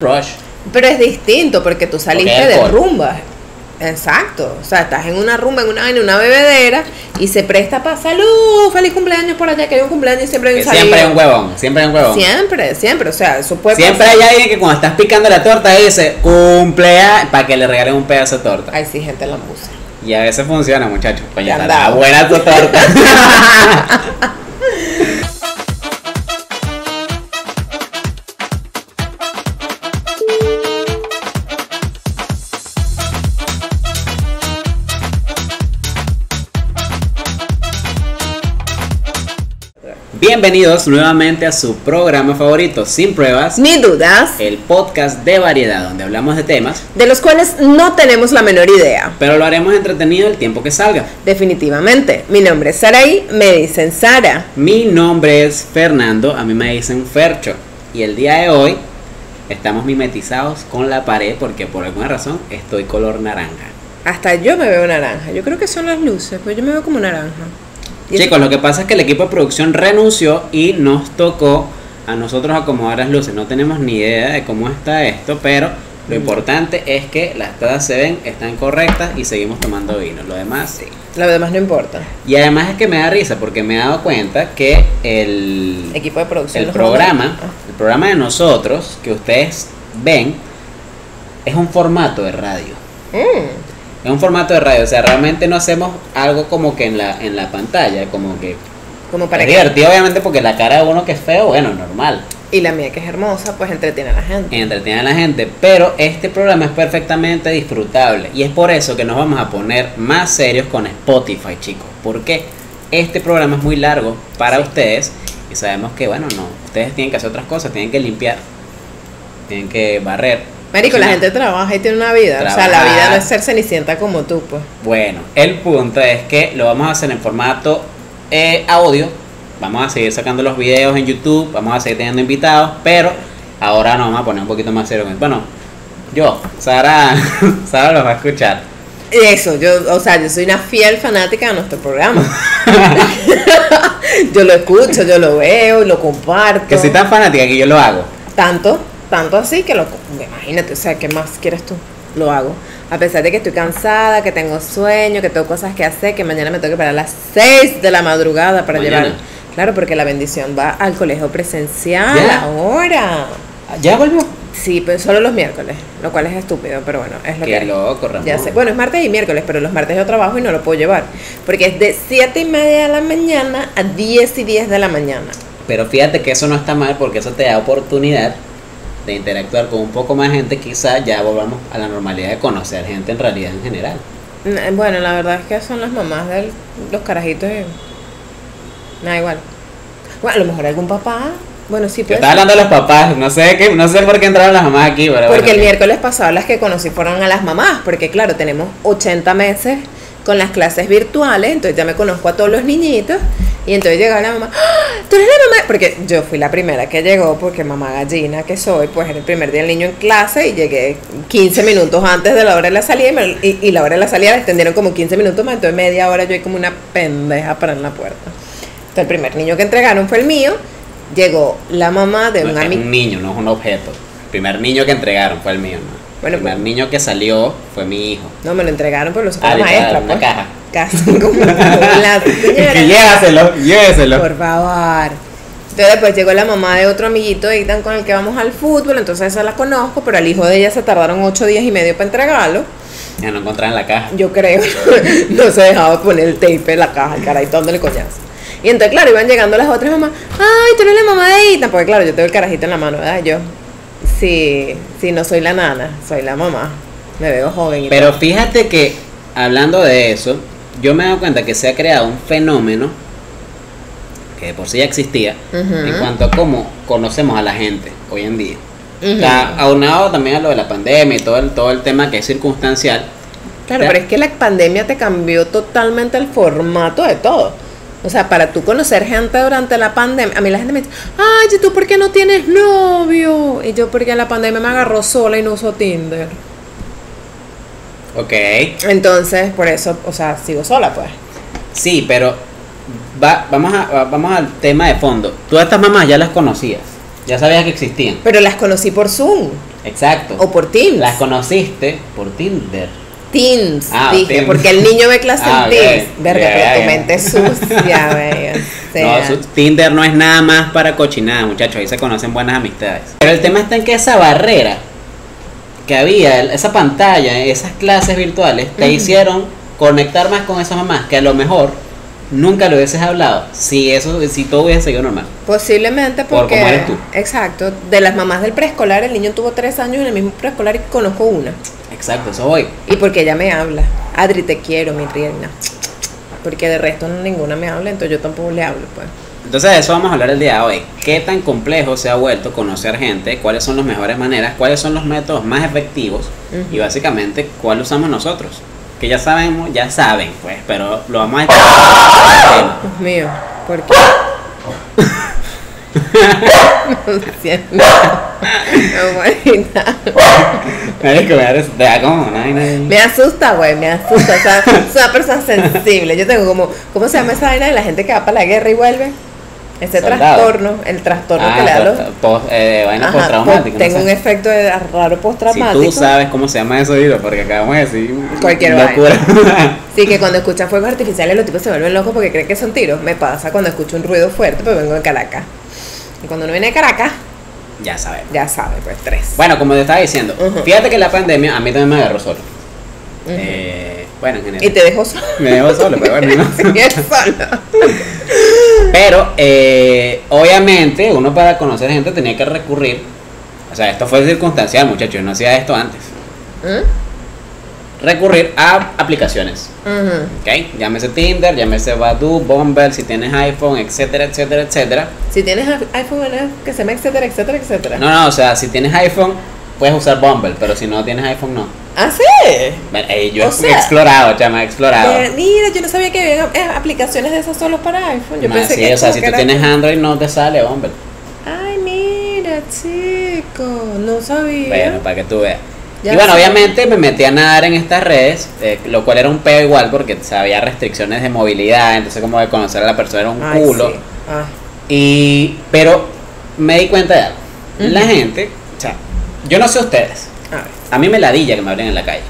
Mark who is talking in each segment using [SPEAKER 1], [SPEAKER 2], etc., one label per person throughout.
[SPEAKER 1] Rush.
[SPEAKER 2] Pero es distinto porque tú saliste
[SPEAKER 1] Porque hay
[SPEAKER 2] de
[SPEAKER 1] alcohol.
[SPEAKER 2] rumba. Exacto. O sea, estás en una rumba, en una vaina, en una bebedera y se presta para salud, feliz cumpleaños por allá, que hay un cumpleaños y siempre hay un
[SPEAKER 1] Que siempre hay
[SPEAKER 2] salido.
[SPEAKER 1] un huevón, siempre hay un huevón.
[SPEAKER 2] Siempre, siempre. O sea, eso puede
[SPEAKER 1] Siempre
[SPEAKER 2] pasar.
[SPEAKER 1] hay alguien que cuando estás picando la torta dice cumpleaños para que le regalen un pedazo de torta.
[SPEAKER 2] Hay sí, gente en la música.
[SPEAKER 1] Y a veces funciona, muchachos. Coño,
[SPEAKER 2] Ya
[SPEAKER 1] estará
[SPEAKER 2] andaba.
[SPEAKER 1] buena tu torta. Bienvenidos nuevamente a su programa favorito, Sin Pruebas,
[SPEAKER 2] Ni dudas,
[SPEAKER 1] el podcast de variedad donde hablamos de temas,
[SPEAKER 2] de los cuales no tenemos la menor idea.
[SPEAKER 1] pero lo haremos entretenido el tiempo que salga.
[SPEAKER 2] Definitivamente. Mi nombre es Saraí, me dicen Sara.
[SPEAKER 1] Mi nombre es Fernando, a mí me dicen Fercho. Y el día de hoy estamos mimetizados con la pared porque por alguna razón estoy color naranja.
[SPEAKER 2] Hasta yo me veo naranja. Yo creo que son las luces, pero yo me veo como naranja. Y eso-
[SPEAKER 1] Chicos, lo que pasa es que el equipo de producción renunció y nos tocó a nosotros acomodar las luces. No tenemos ni idea de cómo está esto, pero lo
[SPEAKER 2] Mm.
[SPEAKER 1] importante es que las tazas se ven, están correctas y seguimos tomando vino. Lo demás,
[SPEAKER 2] Lo demás no importa.
[SPEAKER 1] Y además es que me da risa porque me he dado cuenta que el...
[SPEAKER 2] Equipo de producción.
[SPEAKER 1] el
[SPEAKER 2] los
[SPEAKER 1] programa,
[SPEAKER 2] manda.
[SPEAKER 1] el programa de nosotros que ustedes ven es un formato de radio.
[SPEAKER 2] Mm,
[SPEAKER 1] Es un formato de radio, o sea, realmente no hacemos algo como que en la en la pantalla, como que
[SPEAKER 2] como para
[SPEAKER 1] es
[SPEAKER 2] que
[SPEAKER 1] divertido obviamente porque la cara de uno que es feo, bueno, normal,
[SPEAKER 2] Y la mía que es hermosa, pues entretiene a la gente.
[SPEAKER 1] entretiene a la gente, pero este programa es perfectamente disfrutable y es por eso que nos vamos a poner más serios con Spotify, chicos, porque este programa es muy largo para ustedes y sabemos que, bueno, no, ustedes tienen que hacer otras cosas, tienen que limpiar, tienen que barrer.
[SPEAKER 2] Marico, la
[SPEAKER 1] cocinar.
[SPEAKER 2] gente trabaja y tiene una vida. O sea, la
[SPEAKER 1] Trabajar.
[SPEAKER 2] vida no es ser cenicienta como tú, pues.
[SPEAKER 1] Bueno, el punto es que lo vamos a hacer en formato eh, audio. Vamos a seguir sacando los videos en YouTube, vamos a seguir teniendo invitados, pero ahora nos vamos a poner un poquito más serio. Bueno, yo, Sara, Sara los va a escuchar.
[SPEAKER 2] Y Eso, yo, o sea, yo soy una fiel fanática de nuestro programa. yo lo escucho, yo lo veo, lo comparto.
[SPEAKER 1] Que soy tan fanática que yo lo hago.
[SPEAKER 2] Tanto, tanto así que lo. Imagínate, o sea, ¿qué más quieres tú? Lo hago. A pesar de que estoy cansada, que tengo sueño, que tengo cosas que hacer, que mañana me tengo que parar a las 6 de la madrugada para
[SPEAKER 1] Mañana.
[SPEAKER 2] llevar. Claro, porque la bendición va al colegio presencial
[SPEAKER 1] Ya.
[SPEAKER 2] ahora.
[SPEAKER 1] ¿Ya volvió?
[SPEAKER 2] Sí, pero solo los miércoles, lo cual es estúpido, pero bueno, es lo que
[SPEAKER 1] Qué
[SPEAKER 2] hay.
[SPEAKER 1] loco, Ramón.
[SPEAKER 2] Ya sé. Bueno, es martes y miércoles, pero los martes yo trabajo y no lo puedo llevar. Porque es de 7 y media de la mañana a 10 y 10 de la mañana.
[SPEAKER 1] Pero fíjate que eso no está mal porque eso te da oportunidad de interactuar con un poco más gente. Quizá ya volvamos a la normalidad de conocer gente en realidad en general.
[SPEAKER 2] Mm, Bueno, la verdad es que son las mamás de los carajitos. y- Nada, igual. Bueno, a lo mejor algún papá. Bueno, sí,
[SPEAKER 1] Yo
[SPEAKER 2] pues.
[SPEAKER 1] estaba hablando de los papás, no sé qué, no sé por qué entraron las mamás aquí, pero
[SPEAKER 2] Porque
[SPEAKER 1] bueno.
[SPEAKER 2] el miércoles pasado las que conocí fueron a las mamás, porque claro, tenemos 80 meses con las clases virtuales, entonces ya me conozco a todos los niñitos, y entonces llegaba la mamá, "¡Ah! tú eres la mamá, porque yo fui la primera que llegó, porque mamá gallina que soy, pues era el primer día del niño en clase y llegué 15 minutos antes de la hora de la salida, y, me- y- y la hora de la salida la extendieron como 15 minutos más, entonces media hora yo ahí como una pendeja para en la puerta. Entonces el primer niño que entregaron fue el mío, llegó la mamá de
[SPEAKER 1] No,
[SPEAKER 2] un
[SPEAKER 1] es
[SPEAKER 2] amigo.
[SPEAKER 1] un niño, no es un objeto. El primer niño que entregaron fue el mío, ¿no?
[SPEAKER 2] Bueno,
[SPEAKER 1] el primer
[SPEAKER 2] pues-
[SPEAKER 1] niño que salió fue mi hijo.
[SPEAKER 2] No, me lo entregaron por los sacó
[SPEAKER 1] Ah,
[SPEAKER 2] la
[SPEAKER 1] literal,
[SPEAKER 2] maestra,
[SPEAKER 1] una
[SPEAKER 2] pues.
[SPEAKER 1] caja.
[SPEAKER 2] Casi como la
[SPEAKER 1] que
[SPEAKER 2] señora.
[SPEAKER 1] llévaselo, lléveselo.
[SPEAKER 2] Por favor. Entonces después llegó la mamá de otro amiguito de Ethan con el que vamos al fútbol, entonces esa la conozco, pero al hijo de ella se tardaron ocho días y medio para entregarlo.
[SPEAKER 1] Ya no encontraron la caja.
[SPEAKER 2] Yo creo, no se dejaba poner el tape en la caja, el carajito dándole coñazo. Y entonces, claro, iban llegando las otras mamás, ay, tú eres la mamá de Ethan, porque claro, yo tengo el carajito en la mano, ¿verdad? Yo, sí, sí, no soy la nana, soy la mamá, me veo joven. y
[SPEAKER 1] Pero fíjate que, hablando de eso, yo me he dado cuenta que se ha creado un fenómeno que de por sí ya existía
[SPEAKER 2] Ujú.
[SPEAKER 1] en cuanto a cómo conocemos a la gente hoy en día.
[SPEAKER 2] Ujú.
[SPEAKER 1] Está aunado también a lo de la pandemia y todo el, todo el tema que es circunstancial.
[SPEAKER 2] Claro,
[SPEAKER 1] Ya.
[SPEAKER 2] pero es que la pandemia te cambió totalmente el formato de todo. O sea, para tú conocer gente durante la pandemia, a mí la gente me dice, ay, ¿y tú por qué no tienes novio? Y yo porque la pandemia me agarró sola y no uso Tinder.
[SPEAKER 1] Ok.
[SPEAKER 2] Entonces, por eso, o sea, sigo sola, pues.
[SPEAKER 1] Sí, pero va- vamos, a, va- vamos al tema de fondo. Tú a estas mamás ya las conocías, ya sabías que existían.
[SPEAKER 2] Pero las conocí por Zoom.
[SPEAKER 1] Exacto.
[SPEAKER 2] O por Teams.
[SPEAKER 1] Las conociste por Tinder.
[SPEAKER 2] Teams,
[SPEAKER 1] Ah,
[SPEAKER 2] dije,
[SPEAKER 1] Teams.
[SPEAKER 2] porque el niño ve clase
[SPEAKER 1] Ah,
[SPEAKER 2] en
[SPEAKER 1] bien,
[SPEAKER 2] Teams. Verga,
[SPEAKER 1] bien.
[SPEAKER 2] pero tu mente es sucia, güey. o sea.
[SPEAKER 1] No, su- Tinder no es nada más para cochinadas, muchachos. Ahí se conocen buenas amistades. Pero el tema está en que esa barrera que había, el- esa pantalla, esas clases virtuales, te hicieron conectar más con esas mamás que a lo mejor nunca lo hubieses hablado si eso si todo hubiese seguido normal.
[SPEAKER 2] Posiblemente
[SPEAKER 1] Por
[SPEAKER 2] porque.
[SPEAKER 1] cómo eres tú.
[SPEAKER 2] Exacto. De las mamás del preescolar, el niño tuvo tres años en el mismo preescolar y conozco una.
[SPEAKER 1] Exacto, eso voy.
[SPEAKER 2] Y porque ella me habla. Adri, te quiero, mi reina. Porque de resto ninguna me habla, entonces yo tampoco le hablo, pues.
[SPEAKER 1] Entonces de eso vamos a hablar el día de hoy. ¿Qué tan complejo se ha vuelto conocer gente? ¿Cuáles son las mejores maneras? ¿Cuáles son los métodos más efectivos?
[SPEAKER 2] Ujú.
[SPEAKER 1] Y básicamente, ¿cuál usamos nosotros? Que ya sabemos, ya saben, pues, pero lo vamos a explicar.
[SPEAKER 2] Dios mío, ¿por qué? no siento. No, marica.
[SPEAKER 1] Marico, me da- te da como una vaina ahí.
[SPEAKER 2] Me asusta, güey, me asusta. O sea, soy una persona sensible. Yo tengo como, ¿cómo se llama esa vaina de la gente que va para la guerra y vuelve? Ese
[SPEAKER 1] Soldado.
[SPEAKER 2] trastorno, el trastorno
[SPEAKER 1] Ah,
[SPEAKER 2] que le da los.
[SPEAKER 1] post- post- eh, vaina
[SPEAKER 2] Ajá,
[SPEAKER 1] postraumática.
[SPEAKER 2] po-
[SPEAKER 1] no
[SPEAKER 2] tengo
[SPEAKER 1] sé.
[SPEAKER 2] un efecto de raro postraumático.
[SPEAKER 1] Si tú sabes cómo se llama eso, dilo, porque acabamos de decir
[SPEAKER 2] Cualquier
[SPEAKER 1] locura.
[SPEAKER 2] Sí, que cuando escuchan fuegos artificiales los tipos se vuelven locos porque creen que son tiros. Me pasa cuando escucho un ruido fuerte, pues vengo de Caracas. Y cuando uno viene de Caracas,
[SPEAKER 1] ya sabemos.
[SPEAKER 2] ya sabe, pues tres.
[SPEAKER 1] Bueno, como te estaba diciendo,
[SPEAKER 2] Ujú.
[SPEAKER 1] fíjate que la pandemia a mí también me agarró solo.
[SPEAKER 2] Ujú.
[SPEAKER 1] Eh, bueno, en general.
[SPEAKER 2] Y te dejo solo.
[SPEAKER 1] Me dejó solo, pero bueno, no.
[SPEAKER 2] Sigues solo.
[SPEAKER 1] Pero eh, obviamente uno para conocer gente tenía que recurrir. O sea, esto fue circunstancial, muchachos. yo No hacía esto antes.
[SPEAKER 2] ¿Mm?
[SPEAKER 1] Recurrir a aplicaciones.
[SPEAKER 2] Ujú.
[SPEAKER 1] ¿Ok? Llámese Tinder, llámese Badoo, Bumble, si tienes iPhone, etcétera, etcétera, etcétera.
[SPEAKER 2] Si tienes iPhone, bueno, que se me etcétera, etcétera, etcétera.
[SPEAKER 1] No, no, o sea, si tienes iPhone, puedes usar Bumble, pero si no tienes iPhone, no.
[SPEAKER 2] ¿Ah, sí?
[SPEAKER 1] Bueno, eh, yo
[SPEAKER 2] O
[SPEAKER 1] he
[SPEAKER 2] sea-
[SPEAKER 1] explorado, chama, he explorado.
[SPEAKER 2] Eh, mira, yo no sabía que había eh, aplicaciones de esas solo para iPhone. Yo
[SPEAKER 1] No,
[SPEAKER 2] pensé
[SPEAKER 1] sí,
[SPEAKER 2] que
[SPEAKER 1] o sea,
[SPEAKER 2] como
[SPEAKER 1] si
[SPEAKER 2] que
[SPEAKER 1] tú
[SPEAKER 2] era-
[SPEAKER 1] tienes Android, no te sale Bumble.
[SPEAKER 2] Ay, mira, chico, no sabía.
[SPEAKER 1] Bueno, para que tú veas.
[SPEAKER 2] Ya
[SPEAKER 1] y bueno,
[SPEAKER 2] sé.
[SPEAKER 1] obviamente me metí a nadar en estas redes, eh, lo cual era un pedo igual porque o sea, había restricciones de movilidad, entonces como de conocer a la persona era un
[SPEAKER 2] Ay,
[SPEAKER 1] culo.
[SPEAKER 2] sí. Ah, Ay.
[SPEAKER 1] Y, pero me di cuenta de algo.
[SPEAKER 2] Ujú.
[SPEAKER 1] La gente, o sea, yo no sé ustedes,
[SPEAKER 2] A ver.
[SPEAKER 1] a mí me ladilla que me hablen en la calle.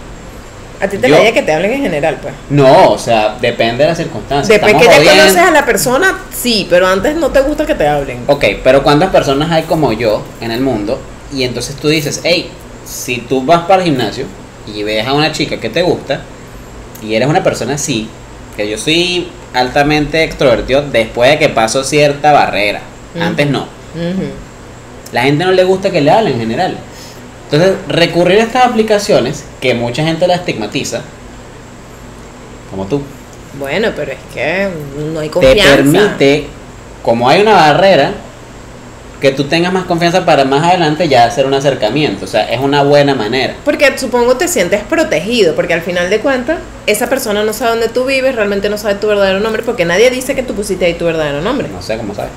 [SPEAKER 2] ah. A ti te
[SPEAKER 1] Yo-
[SPEAKER 2] la idea que te hablen en general, pues.
[SPEAKER 1] No, o sea, depende de las circunstancias.
[SPEAKER 2] Después que
[SPEAKER 1] Estamos
[SPEAKER 2] ya
[SPEAKER 1] jodiendo.
[SPEAKER 2] conoces a la persona, sí, pero antes no te gusta que te hablen.
[SPEAKER 1] Ok, pero ¿cuántas personas hay como yo en el mundo? Y entonces tú dices, hey, si tú vas para el gimnasio y ves a una chica que te gusta y eres una persona así, que yo soy altamente extrovertido después de que paso cierta barrera,
[SPEAKER 2] Ujú.
[SPEAKER 1] antes no.
[SPEAKER 2] Ujú.
[SPEAKER 1] La gente no le gusta que le hablen en general. Entonces, recurrir a estas aplicaciones, que mucha gente la estigmatiza, como tú,
[SPEAKER 2] Bueno, pero es que no hay
[SPEAKER 1] te
[SPEAKER 2] confianza.
[SPEAKER 1] permite, como hay una barrera, que tú tengas más confianza para más adelante ya hacer un acercamiento. O sea, es una buena manera.
[SPEAKER 2] Porque supongo te sientes protegido, porque al final de cuentas, esa persona no sabe dónde tú vives, realmente no sabe tu verdadero nombre, porque nadie dice que tú pusiste ahí tu verdadero nombre.
[SPEAKER 1] No sé cómo sabes.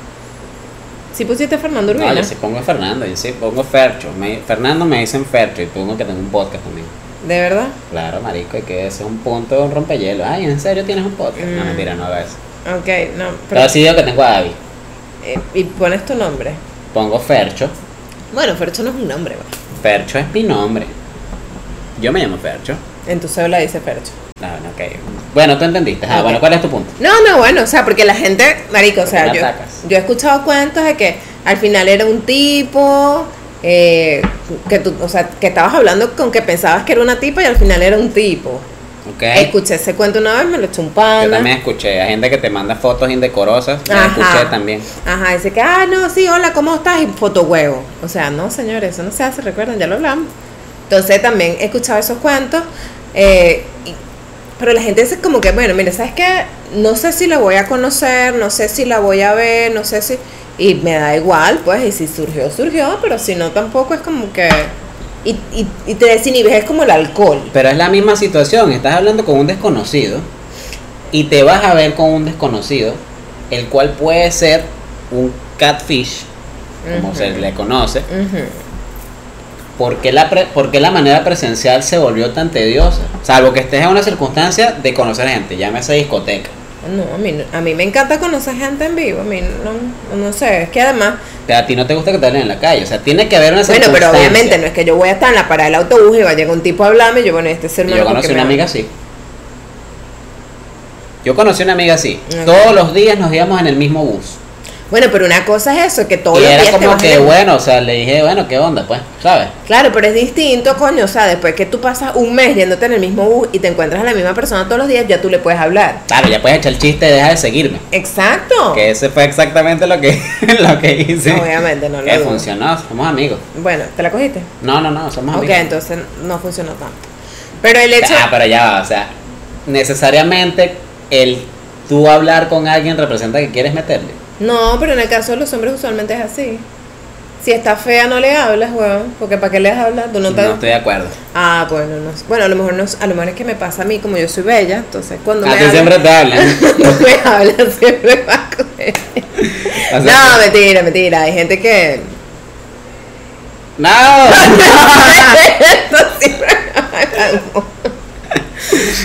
[SPEAKER 2] Si pusiste Fernando
[SPEAKER 1] No,
[SPEAKER 2] Urbina.
[SPEAKER 1] yo sí pongo Fernando, yo sí pongo Fercho. Me- Fernando me dicen Fercho y pongo que tengo un podcast también.
[SPEAKER 2] ¿De verdad?
[SPEAKER 1] Claro, marico, y que ese es un punto, un rompehielos. Ay, ¿en serio tienes un podcast? No,
[SPEAKER 2] Mm.
[SPEAKER 1] mentira, no hagas eso.
[SPEAKER 2] Ok, no. Pero,
[SPEAKER 1] Pero Ah, sí digo que tengo a David.
[SPEAKER 2] eh, y pones tu nombre.
[SPEAKER 1] Pongo Fercho.
[SPEAKER 2] Bueno, Fercho no es un nombre, güey.
[SPEAKER 1] Fercho es mi nombre. Yo me llamo Fercho.
[SPEAKER 2] En tu cédula dice Fercho.
[SPEAKER 1] No, no, ok. Bueno, tú entendiste. Ah,
[SPEAKER 2] Ok.
[SPEAKER 1] bueno, ¿cuál es tu punto?
[SPEAKER 2] No, no, bueno, o sea, porque la gente, marico, o sea,
[SPEAKER 1] Porque
[SPEAKER 2] yo,
[SPEAKER 1] la atacas.
[SPEAKER 2] yo he escuchado cuentos de que al final era un tipo, eh, que tú, o sea, que estabas hablando con que pensabas que era una tipa y al final era un tipo.
[SPEAKER 1] Ok.
[SPEAKER 2] Escuché ese cuento una vez, me lo eché un
[SPEAKER 1] Yo
[SPEAKER 2] pana.
[SPEAKER 1] también escuché a gente que te manda fotos indecorosas. Yo
[SPEAKER 2] Ajá.
[SPEAKER 1] escuché también.
[SPEAKER 2] Ajá, dice que, ah, no, sí, hola, ¿cómo estás? Y foto huevo. O sea, no, señores, eso no se hace, recuerden, ya lo hablamos. Entonces también he escuchado esos cuentos, eh, y- pero la gente dice como que, bueno, mire, ¿sabes qué? No sé si la voy a conocer, no sé si la voy a ver, no sé si... Y me da igual, pues, y si surgió, surgió, pero si no, tampoco es como que... Y, y, y te desinhibes, es como el alcohol.
[SPEAKER 1] Pero es la misma situación. Estás hablando con un desconocido y te vas a ver con un desconocido, el cual puede ser un catfish, como
[SPEAKER 2] Ujú.
[SPEAKER 1] se le conoce.
[SPEAKER 2] Ujú.
[SPEAKER 1] porque la, pre- por qué la manera presencial se volvió tan tediosa? Salvo que estés en una circunstancia de conocer gente, llámese discoteca.
[SPEAKER 2] No, a mí, no- a mí me encanta conocer gente en vivo, a mí no, no sé, es que además
[SPEAKER 1] que a ti no te gusta que te hablen en la calle. O sea, tiene que haber una
[SPEAKER 2] Bueno, pero
[SPEAKER 1] circunstancia.
[SPEAKER 2] obviamente no es que yo voy a estar en la parada del autobús y va a llegar un tipo a hablarme y yo, bueno, este es hermano.
[SPEAKER 1] Yo
[SPEAKER 2] ¿por
[SPEAKER 1] conocí
[SPEAKER 2] qué
[SPEAKER 1] una
[SPEAKER 2] me
[SPEAKER 1] amiga así. Yo conocí una amiga así.
[SPEAKER 2] Ok.
[SPEAKER 1] Todos los días nos íbamos en el mismo bus.
[SPEAKER 2] habla? Bueno, pero una cosa es eso, que todos
[SPEAKER 1] Y
[SPEAKER 2] los
[SPEAKER 1] era
[SPEAKER 2] días te
[SPEAKER 1] como
[SPEAKER 2] vas
[SPEAKER 1] que,
[SPEAKER 2] en-
[SPEAKER 1] bueno, o sea, le dije, bueno, ¿qué onda? Pues, ¿sabes?
[SPEAKER 2] Claro, pero es distinto, coño. O sea, después que tú pasas un mes yéndote en el mismo bus y te encuentras a la misma persona todos los días, ya tú le puedes hablar.
[SPEAKER 1] Claro, ya puedes echar el chiste y deja de seguirme.
[SPEAKER 2] Exacto.
[SPEAKER 1] Que ese fue exactamente lo que, lo que hice.
[SPEAKER 2] Obviamente no lo
[SPEAKER 1] que
[SPEAKER 2] dudo.
[SPEAKER 1] funcionó, somos amigos.
[SPEAKER 2] Bueno, ¿te la cogiste?
[SPEAKER 1] No, no, no, somos
[SPEAKER 2] ok,
[SPEAKER 1] amigos.
[SPEAKER 2] entonces no funcionó tanto. Pero el hecho.
[SPEAKER 1] Ah, pero ya va, o sea, necesariamente el tú hablar con alguien representa que quieres meterle.
[SPEAKER 2] No, pero en el caso de los hombres usualmente es así. Si está fea, no le hablas, weón. Porque ¿para qué les hablas? Tú no te.
[SPEAKER 1] No estoy de acuerdo.
[SPEAKER 2] Ah, bueno, no sé. Bueno, a lo mejor no, a lo mejor es que me pasa a mí, como yo soy bella, entonces cuando
[SPEAKER 1] a
[SPEAKER 2] me
[SPEAKER 1] ti Ah,
[SPEAKER 2] hablan-
[SPEAKER 1] siempre te hablan.
[SPEAKER 2] no me hablan, siempre va a coger.
[SPEAKER 1] O
[SPEAKER 2] No,
[SPEAKER 1] sea,
[SPEAKER 2] mentira, mentira. Hay gente que.
[SPEAKER 1] no.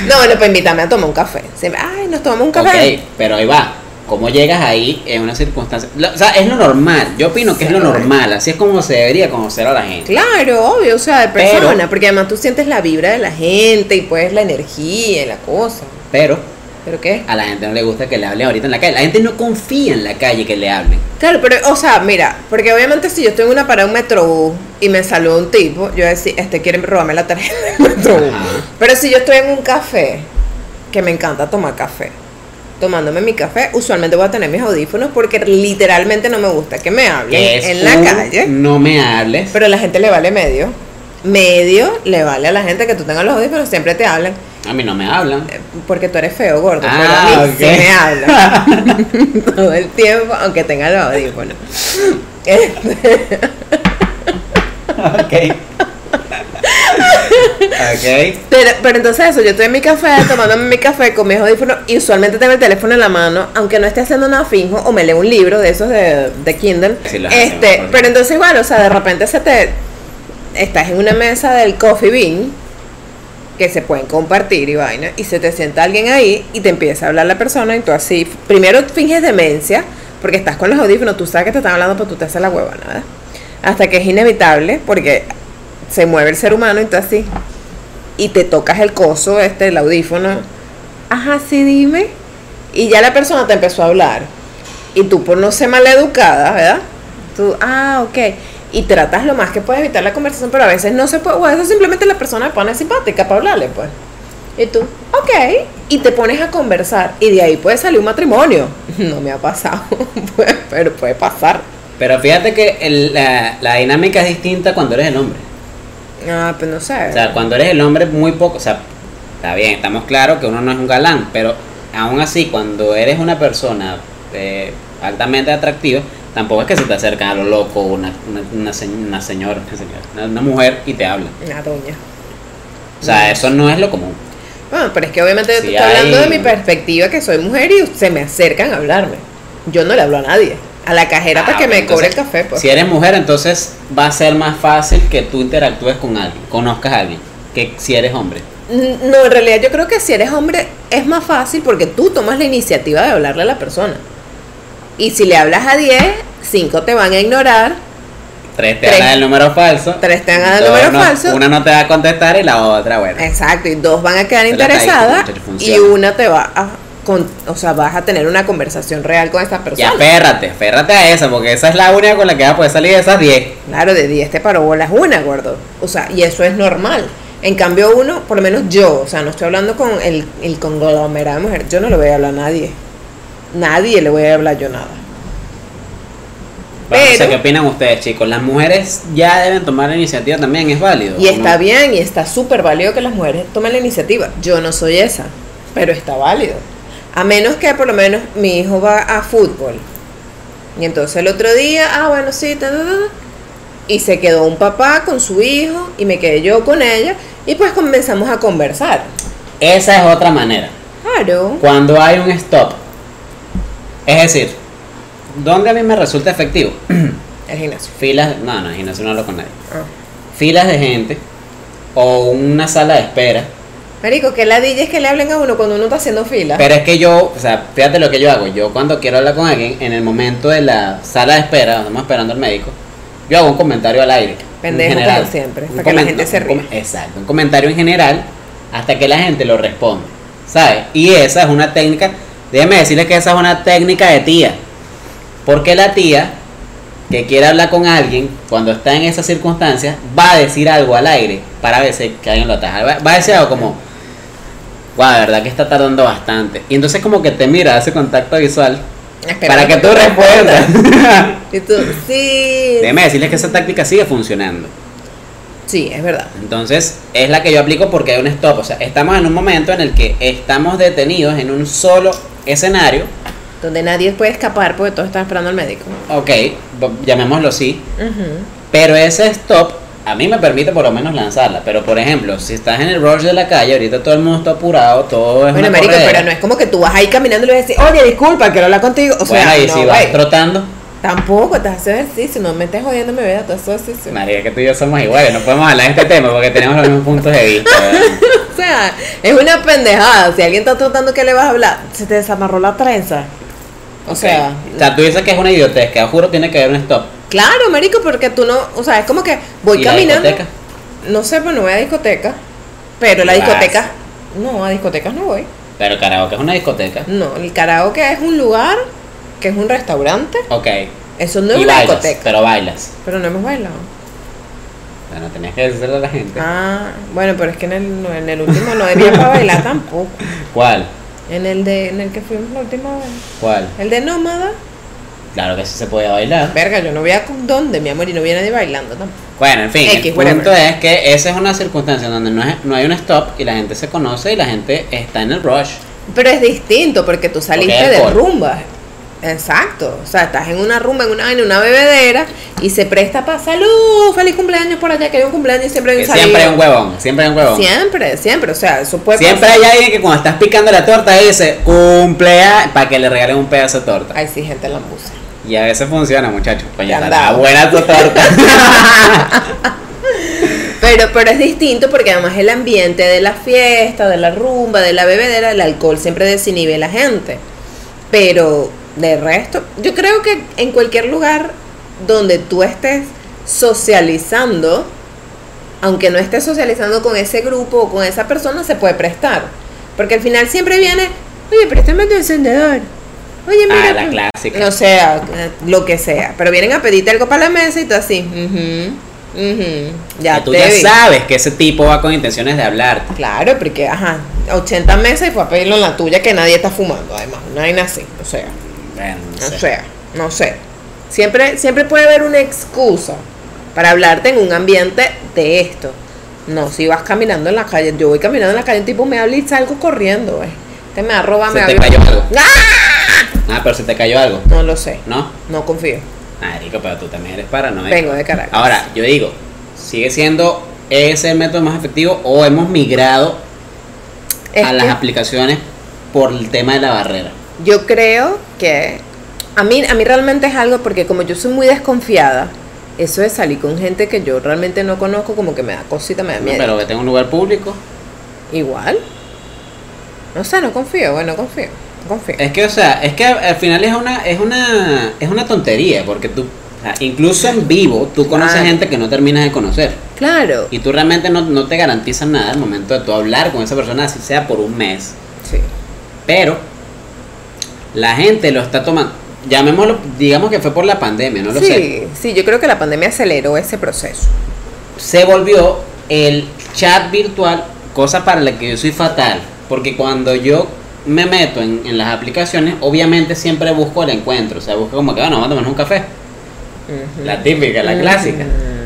[SPEAKER 2] No, bueno, pues invítame a tomar un café. Siempre, ay, nos tomamos un café.
[SPEAKER 1] Ok, pero ahí va. ¿Cómo llegas ahí en una circunstancia? Lo- o sea, es lo normal. Yo opino que es lo normal. Así es como se debería conocer a la gente.
[SPEAKER 2] Claro, obvio, o sea, de
[SPEAKER 1] Pero-
[SPEAKER 2] persona, porque además tú sientes la vibra de la gente y pues la energía y la cosa.
[SPEAKER 1] Pero
[SPEAKER 2] ¿Pero qué?
[SPEAKER 1] a la gente no le gusta que le hablen ahorita en la calle. La gente no confía en la calle que le hablen.
[SPEAKER 2] Claro, pero, o sea, mira, porque obviamente si yo estoy en una parada de un metrobús y me saluda un tipo, yo voy a decir, este quiere robarme la tarjeta del metrobús.
[SPEAKER 1] Ajá.
[SPEAKER 2] Pero si yo estoy en un café, que me encanta tomar café, tomándome mi café, usualmente voy a tener mis audífonos porque literalmente no me gusta que me hablen
[SPEAKER 1] Que es
[SPEAKER 2] en la
[SPEAKER 1] un
[SPEAKER 2] calle.
[SPEAKER 1] No me hables.
[SPEAKER 2] Pero a la gente le vale medio. Medio le vale a la gente que tú tengas los audífonos, siempre te hablan.
[SPEAKER 1] A mí no me hablan.
[SPEAKER 2] eh, Porque tú eres feo, gordo.
[SPEAKER 1] Ah,
[SPEAKER 2] pero a mí
[SPEAKER 1] ok.
[SPEAKER 2] sí me hablan. Todo el tiempo, aunque tenga los audífonos. Este,
[SPEAKER 1] ok. ok.
[SPEAKER 2] pero, pero entonces eso, yo estoy en mi café, tomándome mi café con mis audífonos y usualmente tengo el teléfono en la mano, aunque no esté haciendo nada fijo o me leo un libro de esos de, de Kindle.
[SPEAKER 1] Sí, los hacemos,
[SPEAKER 2] este,
[SPEAKER 1] porque-
[SPEAKER 2] pero entonces igual, o sea, de repente se te estás en una mesa del coffee bean que se pueden compartir y vaina y se te sienta alguien ahí y te empieza a hablar la persona y tú así, primero finges demencia porque estás con los audífonos, tú sabes que te están hablando, pero tú te haces la hueva, nada. Hasta que es inevitable porque se mueve el ser humano y tú así y te tocas el coso este el audífono. Ajá, sí, dime. Y ya la persona te empezó a hablar. Y tú por no ser maleducada, ¿verdad? Tú, ah, ok. Y tratas lo más que puedes evitar la conversación, pero a veces no se puede, o a veces simplemente la persona pone simpática para hablarle, pues. Y tú, ok. Y te pones a conversar. Y de ahí puede salir un matrimonio. No me ha pasado, pues, pero puede pasar.
[SPEAKER 1] Pero fíjate que el- la, la dinámica es distinta cuando eres el hombre.
[SPEAKER 2] Ah, pues no sé.
[SPEAKER 1] O sea, cuando eres el hombre, muy poco. O sea, está bien, estamos claros que uno no es un galán, pero aún así, cuando eres una persona eh, altamente atractiva, tampoco es que se te acerca a lo loco una, una, una se- una señora, una, señora, una- una mujer y te habla.
[SPEAKER 2] Una Ah, doña.
[SPEAKER 1] O sea, eso no es lo común.
[SPEAKER 2] Bueno, Ah, pero es que obviamente yo te
[SPEAKER 1] Sí,
[SPEAKER 2] estoy hablando
[SPEAKER 1] hay-
[SPEAKER 2] de mi perspectiva, que soy mujer y se me acercan a hablarme. Yo no le hablo a nadie. A la cajera para
[SPEAKER 1] Ah,
[SPEAKER 2] que me
[SPEAKER 1] entonces,
[SPEAKER 2] cobre el café, pues.
[SPEAKER 1] Si eres mujer, entonces va a ser más fácil que tú interactúes con alguien, conozcas a alguien, que si eres hombre.
[SPEAKER 2] N- No, en realidad yo creo que si eres hombre es más fácil porque tú tomas la iniciativa de hablarle a la persona. Y si le hablas a 10, 5 te van a ignorar,
[SPEAKER 1] Tres te
[SPEAKER 2] Tres.
[SPEAKER 1] dan el número falso.
[SPEAKER 2] Tres te van a dar el
[SPEAKER 1] dos
[SPEAKER 2] número
[SPEAKER 1] no-
[SPEAKER 2] falso.
[SPEAKER 1] Una no te va a contestar y la otra, bueno.
[SPEAKER 2] exacto, y dos van a quedar
[SPEAKER 1] Esa es la
[SPEAKER 2] interesadas
[SPEAKER 1] táctica, muchacho,
[SPEAKER 2] y
[SPEAKER 1] funciona.
[SPEAKER 2] una te va a, con- o sea, vas a tener una conversación real con esa
[SPEAKER 1] Y
[SPEAKER 2] persona.
[SPEAKER 1] aférrate, aférrate a esa, porque esa es la única con la que vas a poder salir de esas 10.
[SPEAKER 2] Claro, de 10 te paró bolas una, gordo. O sea, y eso es normal. En cambio, uno, por lo menos yo, o sea, no estoy hablando con el, el conglomerado de mujer. Yo no le voy a hablar a nadie. Nadie le voy a hablar yo nada.
[SPEAKER 1] Bueno, no sé
[SPEAKER 2] Pero-
[SPEAKER 1] ¿qué opinan ustedes, chicos? Las mujeres ya deben tomar la iniciativa también, es válido.
[SPEAKER 2] Y
[SPEAKER 1] ¿o
[SPEAKER 2] está
[SPEAKER 1] no?
[SPEAKER 2] bien, y está súper válido que las mujeres tomen la iniciativa. Yo no soy esa, pero está válido. A menos que por lo menos mi hijo va a fútbol. Y entonces el otro día, ah, bueno, sí, ta, ta, ta, ta. y se quedó un papá con su hijo y me quedé yo con ella y pues comenzamos a conversar.
[SPEAKER 1] Esa es otra manera.
[SPEAKER 2] Claro.
[SPEAKER 1] Cuando hay un stop, es decir, ¿dónde a mí me resulta efectivo?
[SPEAKER 2] El gimnasio.
[SPEAKER 1] Filas, no, no, Ah. gimnasio no hablo con nadie.
[SPEAKER 2] Ah.
[SPEAKER 1] Filas de gente o una sala de espera
[SPEAKER 2] Marico, que ladilla es que le hablen a uno cuando uno está haciendo fila.
[SPEAKER 1] Pero es que yo, o sea, fíjate lo que yo hago. Yo cuando quiero hablar con alguien, en el momento de la sala de espera, donde estamos esperando al médico, yo hago un comentario al aire.
[SPEAKER 2] Pendejo
[SPEAKER 1] en
[SPEAKER 2] como siempre, para que la
[SPEAKER 1] comen-
[SPEAKER 2] gente se
[SPEAKER 1] un com-
[SPEAKER 2] ría.
[SPEAKER 1] Exacto, un comentario en general hasta que la gente lo responde, ¿sabes? Y esa es una técnica, déjeme decirles que esa es una técnica de tía. Porque la tía que quiere hablar con alguien, cuando está en esas circunstancias, va a decir algo al aire para ver si que alguien lo ataja. Va, va a decir algo como, guau, la verdad que está tardando bastante. Y entonces como que te mira, hace contacto visual
[SPEAKER 2] Esperando
[SPEAKER 1] para que tú respondas.
[SPEAKER 2] Y tú, sí.
[SPEAKER 1] déjeme decirles que esa táctica sigue funcionando.
[SPEAKER 2] Sí, es verdad.
[SPEAKER 1] Entonces, es la que yo aplico porque hay un stop. O sea, estamos en un momento en el que estamos detenidos en un solo escenario.
[SPEAKER 2] Donde nadie puede escapar porque todos están esperando al médico.
[SPEAKER 1] Ok, bo- llamémoslo así.
[SPEAKER 2] Ujú.
[SPEAKER 1] Pero ese stop a mí me permite por lo menos lanzarla. Pero, por ejemplo, si estás en el rush de la calle, ahorita todo el mundo está apurado, todo es
[SPEAKER 2] Bueno,
[SPEAKER 1] una
[SPEAKER 2] marico,
[SPEAKER 1] corredera.
[SPEAKER 2] pero no es como que tú vas ahí caminando y le vas a decir, oye, disculpa, quiero hablar contigo. O sea,
[SPEAKER 1] Bueno, y
[SPEAKER 2] no,
[SPEAKER 1] si vas
[SPEAKER 2] güey.
[SPEAKER 1] trotando,
[SPEAKER 2] Tampoco, estás haciendo ejercicio, no me estés jodiendo mi vida, estás haciendo ejercicio.
[SPEAKER 1] María, que tú y yo somos iguales, no podemos hablar de este tema porque tenemos los mismos puntos de vista. ¿verdad?
[SPEAKER 2] O sea, es una pendejada. Si alguien está tratando que le vas a hablar, se te desamarró la trenza. O sea,
[SPEAKER 1] o sea, tú dices que es una idiotez, que juro tiene que haber un stop.
[SPEAKER 2] claro, marico, porque tú no, o sea, es como que voy
[SPEAKER 1] ¿Y la
[SPEAKER 2] caminando.
[SPEAKER 1] discoteca?
[SPEAKER 2] no sé, pues no voy a discoteca, pero la
[SPEAKER 1] Vas.
[SPEAKER 2] discoteca, no, a discotecas no voy.
[SPEAKER 1] Pero karaoke es una discoteca.
[SPEAKER 2] No, el karaoke es un lugar que es un restaurante,
[SPEAKER 1] Ok,
[SPEAKER 2] eso no es
[SPEAKER 1] y
[SPEAKER 2] una
[SPEAKER 1] bailas,
[SPEAKER 2] discoteca.
[SPEAKER 1] Pero bailas.
[SPEAKER 2] Pero no hemos bailado.
[SPEAKER 1] Bueno, tenías que decirle a la gente.
[SPEAKER 2] Ah, bueno, pero es que en el, no, en el último no había para bailar tampoco.
[SPEAKER 1] ¿Cuál?
[SPEAKER 2] En el de, en el que fuimos la última vez.
[SPEAKER 1] ¿Cuál?
[SPEAKER 2] El de nómada.
[SPEAKER 1] Claro que sí se podía bailar.
[SPEAKER 2] Verga, yo no voy a con dónde, mi amor, y no viene nadie bailando tampoco.
[SPEAKER 1] Bueno, en fin,
[SPEAKER 2] X,
[SPEAKER 1] el
[SPEAKER 2] whatever.
[SPEAKER 1] punto es que esa es una circunstancia donde no, es- no hay un stop y la gente se conoce y la gente está en el rush.
[SPEAKER 2] Pero es distinto porque tú saliste
[SPEAKER 1] Porque hay
[SPEAKER 2] de
[SPEAKER 1] alcohol.
[SPEAKER 2] rumba. Exacto. O sea, estás en una rumba, en una en una bebedera y se presta para salud, feliz cumpleaños por allá, que hay un cumpleaños y siempre
[SPEAKER 1] Que
[SPEAKER 2] hay un
[SPEAKER 1] siempre hay
[SPEAKER 2] salido.
[SPEAKER 1] un huevón, siempre hay un huevón.
[SPEAKER 2] Siempre, siempre, o sea, eso puede
[SPEAKER 1] Siempre
[SPEAKER 2] pasar.
[SPEAKER 1] hay alguien que cuando estás picando la torta dice cumpleaños para que le regalen un pedazo de torta.
[SPEAKER 2] Ay, sí, gente la música.
[SPEAKER 1] Y a veces funciona, muchachos. Coño,
[SPEAKER 2] Te han
[SPEAKER 1] estará
[SPEAKER 2] dado.
[SPEAKER 1] buena tu torta.
[SPEAKER 2] Pero, pero es distinto porque además el ambiente de la fiesta, de la rumba, de la bebedera, el alcohol siempre desinhibe a la gente. Pero de resto, yo creo que en cualquier lugar donde tú estés socializando, aunque no estés socializando con ese grupo o con esa persona, se puede prestar. Porque al final siempre viene, oye, préstame tu encendedor. Oye, mira.
[SPEAKER 1] ah, la
[SPEAKER 2] pues".
[SPEAKER 1] clásica.
[SPEAKER 2] No sea, eh, lo que sea. Pero vienen a pedirte algo para la mesa y tú así. ujú, ujú, ya
[SPEAKER 1] Que tú
[SPEAKER 2] te
[SPEAKER 1] ya
[SPEAKER 2] vi.
[SPEAKER 1] sabes que ese tipo va con intenciones de hablarte.
[SPEAKER 2] Claro, porque, ajá, 80 mesas y fue a pedirlo en la tuya que nadie está fumando, además. Una vaina así. O sea,
[SPEAKER 1] Bueno, no
[SPEAKER 2] o
[SPEAKER 1] sé.
[SPEAKER 2] sea, no sé. Siempre, siempre puede haber una excusa para hablarte en un ambiente de esto. No, si vas caminando en la calle, yo voy caminando en la calle, un tipo me habla y salgo corriendo, güey. Este me va a robar,
[SPEAKER 1] Se
[SPEAKER 2] me va a
[SPEAKER 1] te
[SPEAKER 2] violar.
[SPEAKER 1] cayó algo.
[SPEAKER 2] ¡Ah!
[SPEAKER 1] Ah, pero se te cayó algo.
[SPEAKER 2] No lo sé,
[SPEAKER 1] ¿No?
[SPEAKER 2] no confío.
[SPEAKER 1] Marico, pero tú también eres paranoico.
[SPEAKER 2] Vengo de Caracas.
[SPEAKER 1] Ahora, yo digo, ¿sigue siendo ese el método más efectivo o hemos migrado
[SPEAKER 2] Es
[SPEAKER 1] a
[SPEAKER 2] que-
[SPEAKER 1] las aplicaciones por el tema de la barrera?
[SPEAKER 2] Yo creo que a mí, a mí realmente es algo porque como yo soy muy desconfiada, eso de salir con gente que yo realmente no conozco, como que me da cosita, me da
[SPEAKER 1] No,
[SPEAKER 2] miedo.
[SPEAKER 1] pero vete a un lugar público.
[SPEAKER 2] Igual. No sé, no confío, bueno, no confío, no confío.
[SPEAKER 1] Es que, o sea, es que al final es una, es una, es una tontería, porque tú, o sea, incluso en vivo, tú conoces
[SPEAKER 2] Claro.
[SPEAKER 1] gente que no terminas de conocer.
[SPEAKER 2] Claro.
[SPEAKER 1] Y tú realmente no, no te garantizas nada al momento de tú hablar con esa persona, así sea por un mes.
[SPEAKER 2] Sí.
[SPEAKER 1] Pero la gente lo está tomando. Llamémoslo, digamos que fue por la pandemia, no lo sé.
[SPEAKER 2] sí, sí, yo creo que la pandemia aceleró ese proceso.
[SPEAKER 1] Se volvió el chat virtual, cosa para la que yo soy fatal. Porque cuando yo me meto en, en las aplicaciones, obviamente siempre busco el encuentro. O sea, busco como que, bueno, vamos a tomar un café.
[SPEAKER 2] Ujú.
[SPEAKER 1] La típica, la clásica.
[SPEAKER 2] Mm.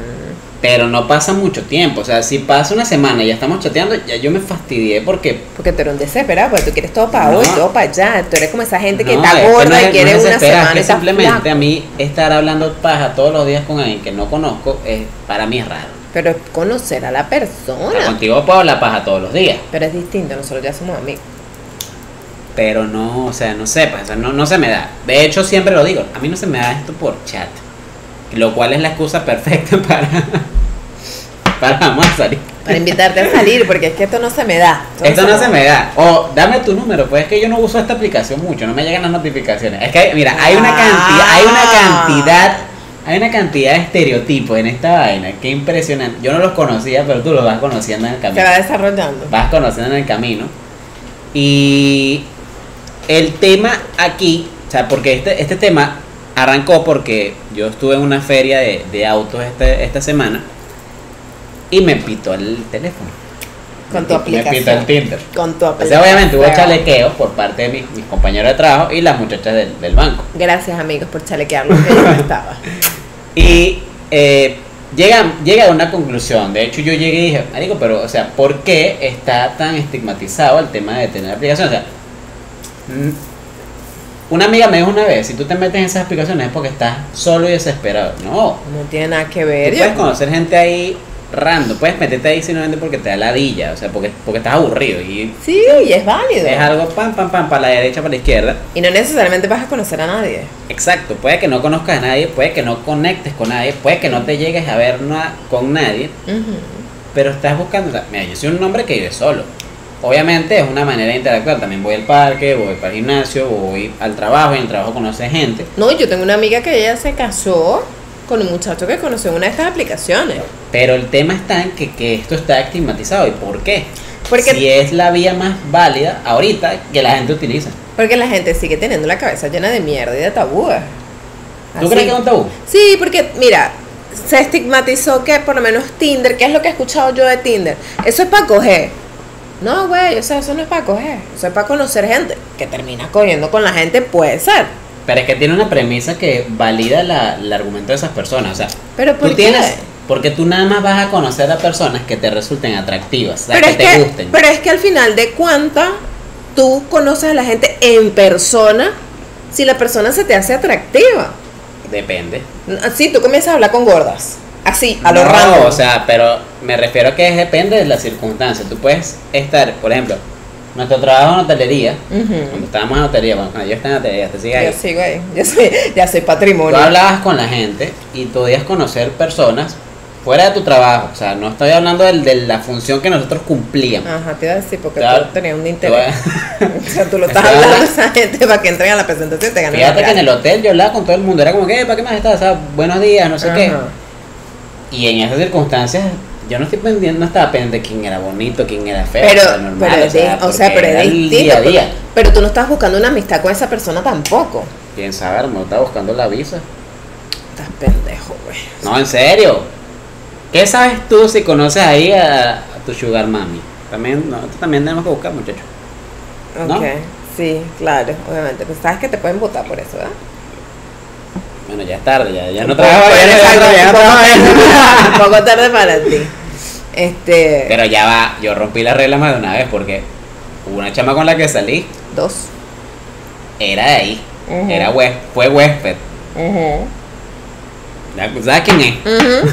[SPEAKER 1] Pero no pasa mucho tiempo. O sea, si pasa una semana y ya estamos chateando, ya yo me fastidié porque
[SPEAKER 2] Porque tú eres un desesperado, porque tú quieres todo para
[SPEAKER 1] No.
[SPEAKER 2] hoy, todo para allá. Tú eres como esa gente que
[SPEAKER 1] No, es
[SPEAKER 2] está
[SPEAKER 1] no
[SPEAKER 2] gorda
[SPEAKER 1] es-
[SPEAKER 2] y quiere
[SPEAKER 1] no es
[SPEAKER 2] una
[SPEAKER 1] desesperar,
[SPEAKER 2] semana.
[SPEAKER 1] es
[SPEAKER 2] y
[SPEAKER 1] que
[SPEAKER 2] está
[SPEAKER 1] simplemente
[SPEAKER 2] flaco.
[SPEAKER 1] a mí estar hablando paja todos los días con alguien que no conozco, es, para mí es raro.
[SPEAKER 2] Pero es conocer a la
[SPEAKER 1] O sea,
[SPEAKER 2] persona.
[SPEAKER 1] contigo puedo hablar paja todos los días,
[SPEAKER 2] Pero es distinto, nosotros ya somos amigos.
[SPEAKER 1] pero no, o sea, no sé, pues, o sea, no, no se me da. De hecho, siempre lo digo, a mí no se me da esto por chat, lo cual es la excusa perfecta para, para vamos a salir.
[SPEAKER 2] para invitarte a salir, porque es que esto no se me da.
[SPEAKER 1] Esto no se me da. O dame tu número, pues es que yo no uso esta aplicación mucho, no me llegan las notificaciones. Es que, hay- mira, hay una cantidad, hay
[SPEAKER 2] Ah.
[SPEAKER 1] una cantidad, hay una cantidad de estereotipos en esta vaina. Qué impresionante. Yo no los conocía, pero tú los vas conociendo en el
[SPEAKER 2] Te
[SPEAKER 1] camino.
[SPEAKER 2] va desarrollando.
[SPEAKER 1] Vas conociendo en el camino. Y el tema aquí, o sea, porque este, este tema arrancó porque yo estuve en una feria de, de autos este- esta semana y me pitó el teléfono.
[SPEAKER 2] Con
[SPEAKER 1] Me
[SPEAKER 2] tu
[SPEAKER 1] pi- Me pitó el
[SPEAKER 2] aplicación.
[SPEAKER 1] Tinder.
[SPEAKER 2] Con tu
[SPEAKER 1] O
[SPEAKER 2] aplicación.
[SPEAKER 1] sea, obviamente hubo chalequeos por parte de mis, mis compañeros de trabajo y las muchachas del, del banco.
[SPEAKER 2] Gracias, amigos, por chalequearlo, que yo no estaba.
[SPEAKER 1] Y eh, llega, llega a una conclusión. De hecho, yo llegué y dije, Marico, pero, o sea, ¿por qué está tan estigmatizado el tema de tener aplicación? O sea, mm, una amiga me dijo una vez: si tú te metes en esas aplicaciones es porque estás solo y desesperado. No,
[SPEAKER 2] No tiene nada que
[SPEAKER 1] Tú
[SPEAKER 2] ver.
[SPEAKER 1] puedes
[SPEAKER 2] Yo,
[SPEAKER 1] conocer gente ahí random, puedes meterte ahí simplemente porque te da ladilla, o sea, porque, porque estás aburrido y
[SPEAKER 2] sí, y es válido.
[SPEAKER 1] es algo pam, pam, pam, para la derecha, para la izquierda.
[SPEAKER 2] Y no necesariamente vas a conocer a nadie.
[SPEAKER 1] Exacto, puede que no conozcas a nadie, puede que no conectes con nadie, puede que no te llegues a ver na- con nadie,
[SPEAKER 2] Ujú.
[SPEAKER 1] pero estás buscando. o sea, mira, yo soy un hombre que vive solo. Obviamente es una manera de interactuar. También voy al parque, voy para el gimnasio, voy al trabajo y en el trabajo conoce gente.
[SPEAKER 2] No, yo tengo una amiga que ella se casó con un muchacho que conoció en una de estas aplicaciones.
[SPEAKER 1] Pero el tema está en que, que esto está estigmatizado. ¿Y por qué?
[SPEAKER 2] Porque-
[SPEAKER 1] si es la vía más válida ahorita que la gente utiliza.
[SPEAKER 2] Porque la gente sigue teniendo la cabeza llena de mierda y de tabúes.
[SPEAKER 1] ¿Tú
[SPEAKER 2] Así.
[SPEAKER 1] crees que es un tabú?
[SPEAKER 2] Sí, porque mira, se estigmatizó que por lo menos Tinder, que es lo que he escuchado yo de Tinder, eso es para coger. No, güey, o sea, eso no es para coger, eso es para conocer gente. Que terminas cogiendo con la gente, puede ser.
[SPEAKER 1] Pero es que tiene una premisa que valida la, el argumento de esas personas. O sea,
[SPEAKER 2] Pero ¿por
[SPEAKER 1] tú
[SPEAKER 2] qué?
[SPEAKER 1] tienes. Porque tú nada más vas a conocer a personas que te resulten atractivas, o sea,
[SPEAKER 2] pero,
[SPEAKER 1] que
[SPEAKER 2] es
[SPEAKER 1] te
[SPEAKER 2] que,
[SPEAKER 1] gusten.
[SPEAKER 2] pero es que al final de cuenta tú conoces a la gente en persona si la persona se te hace atractiva.
[SPEAKER 1] Depende.
[SPEAKER 2] Así tú comienzas a hablar con gordas. Así, a lo
[SPEAKER 1] No,
[SPEAKER 2] raro.
[SPEAKER 1] O sea, pero me refiero a que depende de las circunstancias. Tú puedes estar, por ejemplo, nuestro trabajo en hotelería, cuando estábamos en hotelería, bueno, cuando yo estaba en hotelería, te sigue ahí.
[SPEAKER 2] Yo sigo ahí. Yo soy, ya soy
[SPEAKER 1] Tú
[SPEAKER 2] patrimonio.
[SPEAKER 1] hablabas con la gente y podías conocer personas fuera de tu trabajo. O sea, no estoy hablando del- de la función que nosotros cumplíamos.
[SPEAKER 2] Ajá, te iba a decir porque
[SPEAKER 1] Claro.
[SPEAKER 2] tú tenías un
[SPEAKER 1] Te voy
[SPEAKER 2] interés.
[SPEAKER 1] a-
[SPEAKER 2] O sea, tú lo estás
[SPEAKER 1] Estaba-
[SPEAKER 2] hablando a esa gente para que entren a la presentación y te ganen la
[SPEAKER 1] Fíjate que en
[SPEAKER 2] plata.
[SPEAKER 1] el hotel yo hablaba con todo el mundo, era como que, "Eh, ¿para qué más estás? O sea, buenos días, no sé qué.
[SPEAKER 2] Ajá.
[SPEAKER 1] Y en esas circunstancias, yo no estoy pendiente, no estaba pendiente de quién era bonito, quién era feo,
[SPEAKER 2] Pero,
[SPEAKER 1] era normal,
[SPEAKER 2] pero, es di- o sea,
[SPEAKER 1] porque
[SPEAKER 2] pero
[SPEAKER 1] era
[SPEAKER 2] es
[SPEAKER 1] el
[SPEAKER 2] distinto. pues.
[SPEAKER 1] día a
[SPEAKER 2] pero-
[SPEAKER 1] día.
[SPEAKER 2] Pero, tú no estás buscando una amistad con esa persona tampoco.
[SPEAKER 1] Quién sabe, hermano, estaba buscando la visa.
[SPEAKER 2] Estás pendejo, güey.
[SPEAKER 1] No, en serio. ¿Qué sabes tú si conoces ahí a, a tu sugar mami? También, no, esto también tenemos que buscar, muchachos.
[SPEAKER 2] Ok,
[SPEAKER 1] ¿No?
[SPEAKER 2] sí, claro, obviamente. Pues sabes que te pueden votar por eso, ¿verdad?
[SPEAKER 1] Bueno, ya es tarde, ya, ya no
[SPEAKER 2] Puede-
[SPEAKER 1] trabajo, ya no
[SPEAKER 2] puede ser
[SPEAKER 1] trabajo, ya no
[SPEAKER 2] un poco tarde-
[SPEAKER 1] trabajo.
[SPEAKER 2] Un poco tarde para ti. Este,
[SPEAKER 1] Pero ya va, yo rompí la regla más de una vez porque hubo una chama con la que salí,
[SPEAKER 2] dos.
[SPEAKER 1] era de ahí,
[SPEAKER 2] Ujú.
[SPEAKER 1] era hué- fue huésped.
[SPEAKER 2] Ujú.
[SPEAKER 1] Ya tú ¿Sabes quién es?
[SPEAKER 2] Ujú.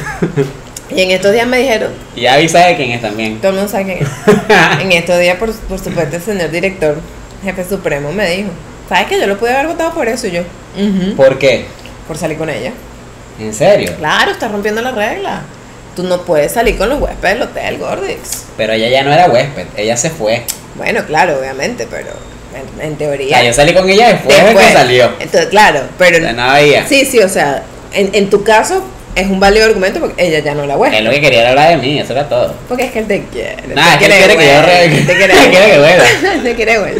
[SPEAKER 2] Y en estos días me dijeron,
[SPEAKER 1] Y ya vi sabes quién es también.
[SPEAKER 2] Todo el mundo sabe quién es. En estos días, por, por supuesto, el señor director, jefe supremo, me dijo: ¿Sabes que yo lo pude haber votado por eso? Y yo, "Ujú,
[SPEAKER 1] ¿Por qué?
[SPEAKER 2] por salir con ella.
[SPEAKER 1] ¿En serio?
[SPEAKER 2] Claro, estás rompiendo la regla. Tú no puedes salir con los huéspedes del hotel, Gordix.
[SPEAKER 1] Pero ella ya no era huésped, ella se fue.
[SPEAKER 2] Bueno, claro, obviamente, pero en, en
[SPEAKER 1] O
[SPEAKER 2] teoría.
[SPEAKER 1] sea, yo salí con ella después, de
[SPEAKER 2] después.
[SPEAKER 1] que salió.
[SPEAKER 2] Entonces, claro, pero.
[SPEAKER 1] O sea, no había.
[SPEAKER 2] Sí, sí, o sea, en, en tu caso es un válido argumento porque ella ya no la
[SPEAKER 1] Es
[SPEAKER 2] huésped.
[SPEAKER 1] lo que quería era hablar de mí, eso era todo.
[SPEAKER 2] Porque es que él te quiere.
[SPEAKER 1] Nah,
[SPEAKER 2] pues. te
[SPEAKER 1] es que él quiere que yo
[SPEAKER 2] güey,
[SPEAKER 1] re-
[SPEAKER 2] Te
[SPEAKER 1] él
[SPEAKER 2] quiere,
[SPEAKER 1] quiere que vuelva.
[SPEAKER 2] te quiere, güey.